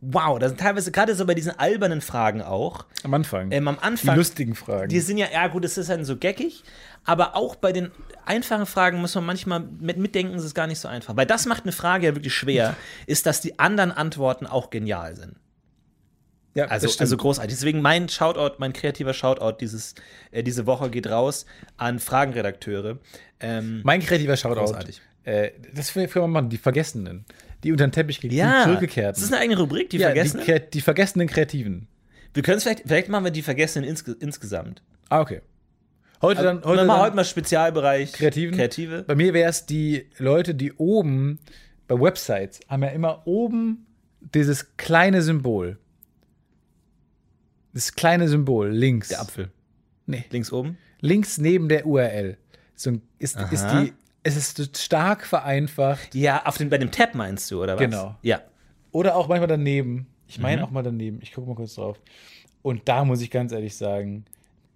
S2: wow, das sind teilweise gerade so bei diesen albernen Fragen auch.
S3: Am Anfang.
S2: Ähm, am
S3: die
S2: Anfang,
S3: lustigen Fragen.
S2: die sind ja, ja gut, es ist dann so geckig, aber auch bei den einfachen Fragen muss man manchmal mit mitdenken, es ist gar nicht so einfach. Weil das macht eine Frage ja wirklich schwer, ist, dass die anderen Antworten auch genial sind.
S3: ja,
S2: Also,
S3: das stimmt.
S2: also großartig. Deswegen mein Shoutout, mein kreativer Shoutout dieses, äh, diese Woche geht raus an Fragenredakteure. Ähm,
S3: mein kreativer Shoutout.
S2: Großartig.
S3: Äh, das will ich mal machen. Die Vergessenen. Die unter den Teppich gekehrt,
S2: ja,
S3: zurückgekehrten.
S2: das ist eine eigene Rubrik, die
S3: ja,
S2: vergessen.
S3: Die, Kre- die vergessenen Kreativen.
S2: Wir können es vielleicht, vielleicht machen wir die Vergessenen insge insgesamt.
S3: Ah, okay. Heute dann, heute
S2: Heute mal, Also, heute
S3: dann
S2: mal Spezialbereich
S3: Kreativen.
S2: Kreative.
S3: Bei mir wäre es die Leute, die oben bei Websites haben ja immer oben dieses kleine Symbol. Das kleine Symbol links.
S2: Der Apfel.
S3: Nee.
S2: Links oben.
S3: Links neben der URL. So ein, ist, ist
S2: Aha.
S3: die, es ist stark vereinfacht.
S2: Ja, auf den, bei dem Tab meinst du, oder was?
S3: Genau.
S2: Ja.
S3: Oder auch manchmal daneben. Ich meine auch mal daneben. Ich gucke mal kurz drauf. Und da muss ich ganz ehrlich sagen,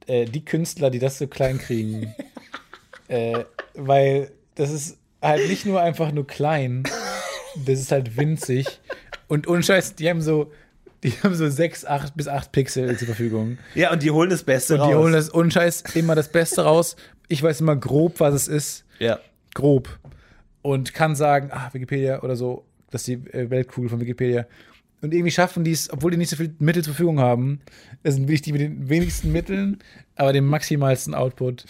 S3: äh, die Künstler, die das so klein kriegen, äh, weil das ist halt nicht nur einfach nur klein, das ist halt winzig. Und ohne Scheiß, die haben so, die haben so 6, 8 bis 8 Pixel zur Verfügung.
S2: Ja, und die holen das Beste
S3: Und
S2: raus.
S3: die holen das ohne Scheiß immer das Beste raus. Ich weiß immer grob, was es ist
S2: ja.
S3: grob und kann sagen, ah, Wikipedia oder so, dass die äh, Weltkugel von Wikipedia Und irgendwie schaffen die es, obwohl die nicht so viel Mittel zur Verfügung haben. Das sind wirklich die mit den wenigsten Mitteln, aber dem maximalsten Output.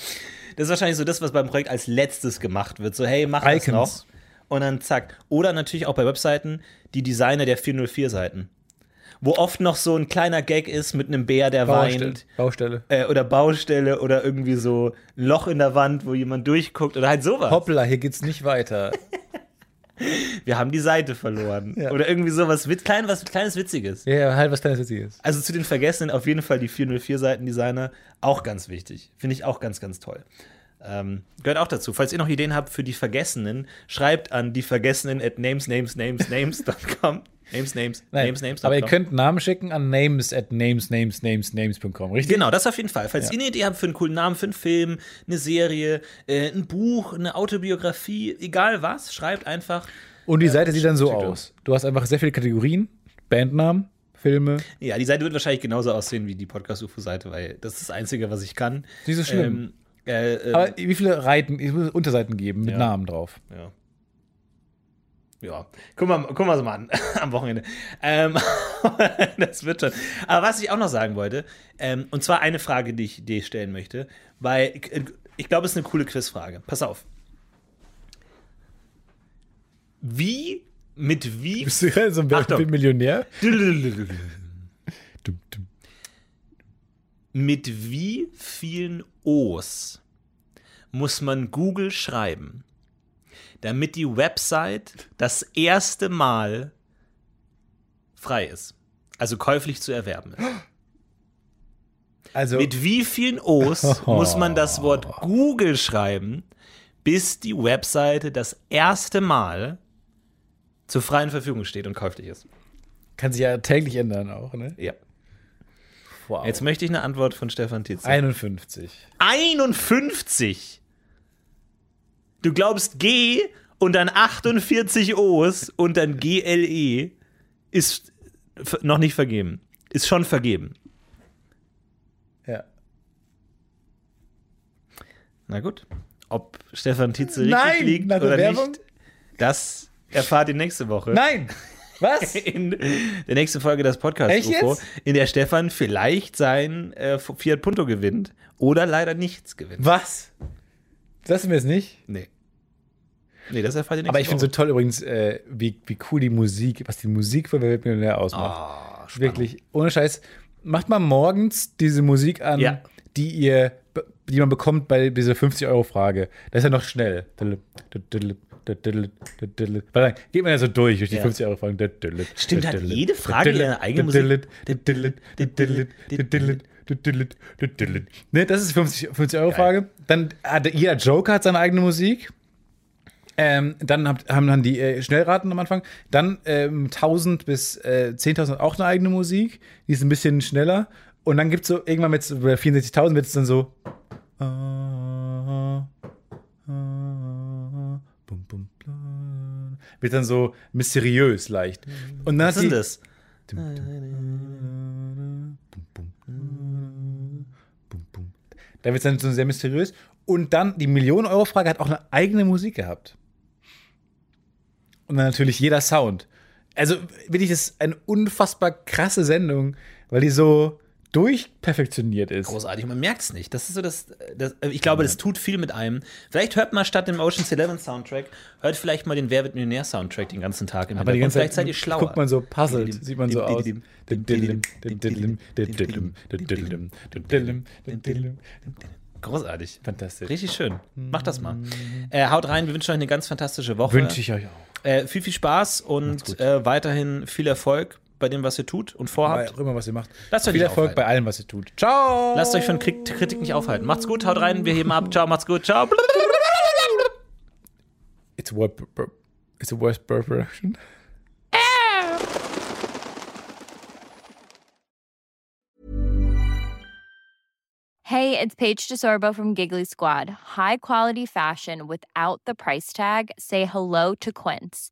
S2: Das ist wahrscheinlich so das, was beim Projekt als letztes gemacht wird. So, hey, mach das
S3: Icons.
S2: noch. Und dann zack. Oder natürlich auch bei Webseiten die Designer der 404-Seiten. Wo oft noch so ein kleiner Gag ist mit einem Bär, der weint.
S3: Baustelle.
S2: Äh, oder Baustelle oder irgendwie so ein Loch in der Wand, wo jemand durchguckt oder halt sowas.
S3: Hoppla, hier geht's nicht weiter.
S2: Wir haben die Seite verloren.
S3: Ja.
S2: Oder irgendwie sowas wit klein, was kleines Witziges.
S3: Ja, ja, halt was kleines Witziges.
S2: Also zu den Vergessenen auf jeden Fall die 404-Seiten-Designer, auch ganz wichtig. Finde ich auch ganz, ganz toll. Ähm, gehört auch dazu. Falls ihr noch Ideen habt für die Vergessenen, schreibt an die Vergessenen at names, names, names, names.com. Names, names,
S3: Nein,
S2: names, names.
S3: aber ihr
S2: dot com.
S3: könnt Namen schicken an names at names, names, names, names.com, richtig?
S2: Genau, das auf jeden Fall. Falls ihr eine Idee habt für einen coolen Namen, für einen Film, eine Serie, äh, ein Buch, eine Autobiografie, egal was, schreibt einfach.
S3: Und die Seite sieht dann so
S2: steht da.
S3: aus. Du hast einfach sehr viele Kategorien, Bandnamen, Filme.
S2: Ja, die Seite wird wahrscheinlich genauso aussehen wie die Podcast-UFO-Seite, weil das ist das Einzige, was ich kann.
S3: Nicht so schlimm.
S2: Ähm, äh, ähm,
S3: Aber wie viele Reiten, es muss Unterseiten geben mit
S2: Ja.
S3: Namen drauf.
S2: Ja. Ja, gucken wir, gucken wir es mal an am Wochenende. Ähm, das wird schon. Aber was ich auch noch sagen wollte, ähm, und zwar eine Frage, die ich dir stellen möchte, weil äh, ich glaube, es ist eine coole Quizfrage. Pass auf. Wie, mit wie.
S3: Bist du ja so ein Wer
S2: Achtung.
S3: wird Millionär?
S2: Mit wie vielen O's muss man Google schreiben, damit die Website das erste Mal frei ist? Also käuflich zu erwerben ist.
S3: Also,
S2: Mit wie vielen O's muss man das Wort Google schreiben, bis die Webseite das erste Mal zur freien Verfügung steht und käuflich ist?
S3: kann sich ja täglich ändern auch, ne?
S2: Ja.
S3: Wow.
S2: Jetzt möchte ich eine Antwort von Stefan Tietze.
S3: 51.
S2: 51. Du glaubst G und dann 48 O's und dann GLE ist f- noch nicht vergeben. Ist schon vergeben.
S3: Ja.
S2: Na gut. Ob Stefan Tietze richtig
S3: Nein,
S2: liegt
S3: nach der
S2: oder
S3: Werbung?
S2: nicht, das erfahrt ihr nächste Woche.
S3: Nein! Was?
S2: In der nächsten Folge des Podcasts
S3: Echt
S2: UFO,
S3: jetzt?
S2: in der Stefan vielleicht sein äh, Fiat Punto gewinnt oder leider nichts gewinnt.
S3: Was? Das sind wir jetzt nicht?
S2: Nee. Nee, das erfahrt ihr nächste
S3: Aber ich finde
S2: Woche.
S3: so toll übrigens, äh, wie, wie cool die Musik, was die Musik von Wer wird Millionär ausmacht.
S2: Ah,
S3: Wirklich, ohne Scheiß. Macht mal morgens diese Musik an,
S2: Ja.
S3: die ihr, be- die man bekommt bei dieser 50-Euro-Frage. Das ist ja noch schnell. Diddle, diddle, diddle, diddle. Weil dann geht man ja so durch, durch die
S2: Ja.
S3: 50-Euro-Fragen. Diddle,
S2: Stimmt, hat
S3: diddle,
S2: jede Frage
S3: diddle,
S2: ihre eigene
S3: diddle,
S2: Musik.
S3: diddle, diddle, diddle, diddle, diddle. Ne, das ist die 50 50-Euro-Frage. Dann hat jeder Joker hat seine eigene Musik. Ähm, dann habt, haben dann die äh, Schnellraten am Anfang. Dann ähm, 1000 bis äh, 10.000 auch eine eigene Musik. Die ist ein bisschen schneller. Und dann gibt es so irgendwann mit so bei 64.000 wird es dann so. äh, Wird dann so mysteriös leicht. Und dann
S2: Was ist denn das? Ah,
S3: Da wird es dann so sehr mysteriös. Und dann die Millionen-Euro-Frage hat auch eine eigene Musik gehabt. Und dann natürlich jeder Sound. Also wirklich, das ist eine unfassbar krasse Sendung, weil die so durchperfektioniert ist.
S2: Großartig, man merkt es nicht. Das ist so das, das. äh, Ich glaube, das tut viel mit einem. Vielleicht hört mal statt dem Ocean's Eleven Soundtrack, hört vielleicht mal den Wer wird Millionär Soundtrack den ganzen Tag im
S3: Aber die
S2: Hintergrund.
S3: ganze Zeit,
S2: Vielleicht seid ihr schlauer.
S3: guckt man so puzzelt,
S2: Didim,
S3: sieht man so
S2: dim,
S3: aus.
S2: didim,
S3: Dim, didim, dim, didim, dim, didim, dim, didim, dim, didim, dim, didim.
S2: Großartig.
S3: Fantastisch.
S2: Richtig schön. Macht das mal. Äh, haut rein, wir wünschen euch eine ganz fantastische Woche.
S3: Wünsche Mhm. ich euch auch.
S2: Äh, viel, viel Spaß und äh, weiterhin viel Erfolg bei dem, was ihr tut und
S3: Bei
S2: vorhabt.
S3: auch immer, was ihr macht.
S2: Lasst euch
S3: Viel
S2: nicht
S3: Erfolg
S2: aufhalten.
S3: bei allem, was ihr tut. Ciao!
S2: Lasst euch von Kritik, Kritik nicht aufhalten. Macht's gut, haut rein, wir heben ab. Ciao, macht's gut, ciao.
S3: It's a word, it's a worst bird production.
S4: Hey, it's Paige DeSorbo from Giggly Squad. High quality fashion without the price tag. Say hello to Quince.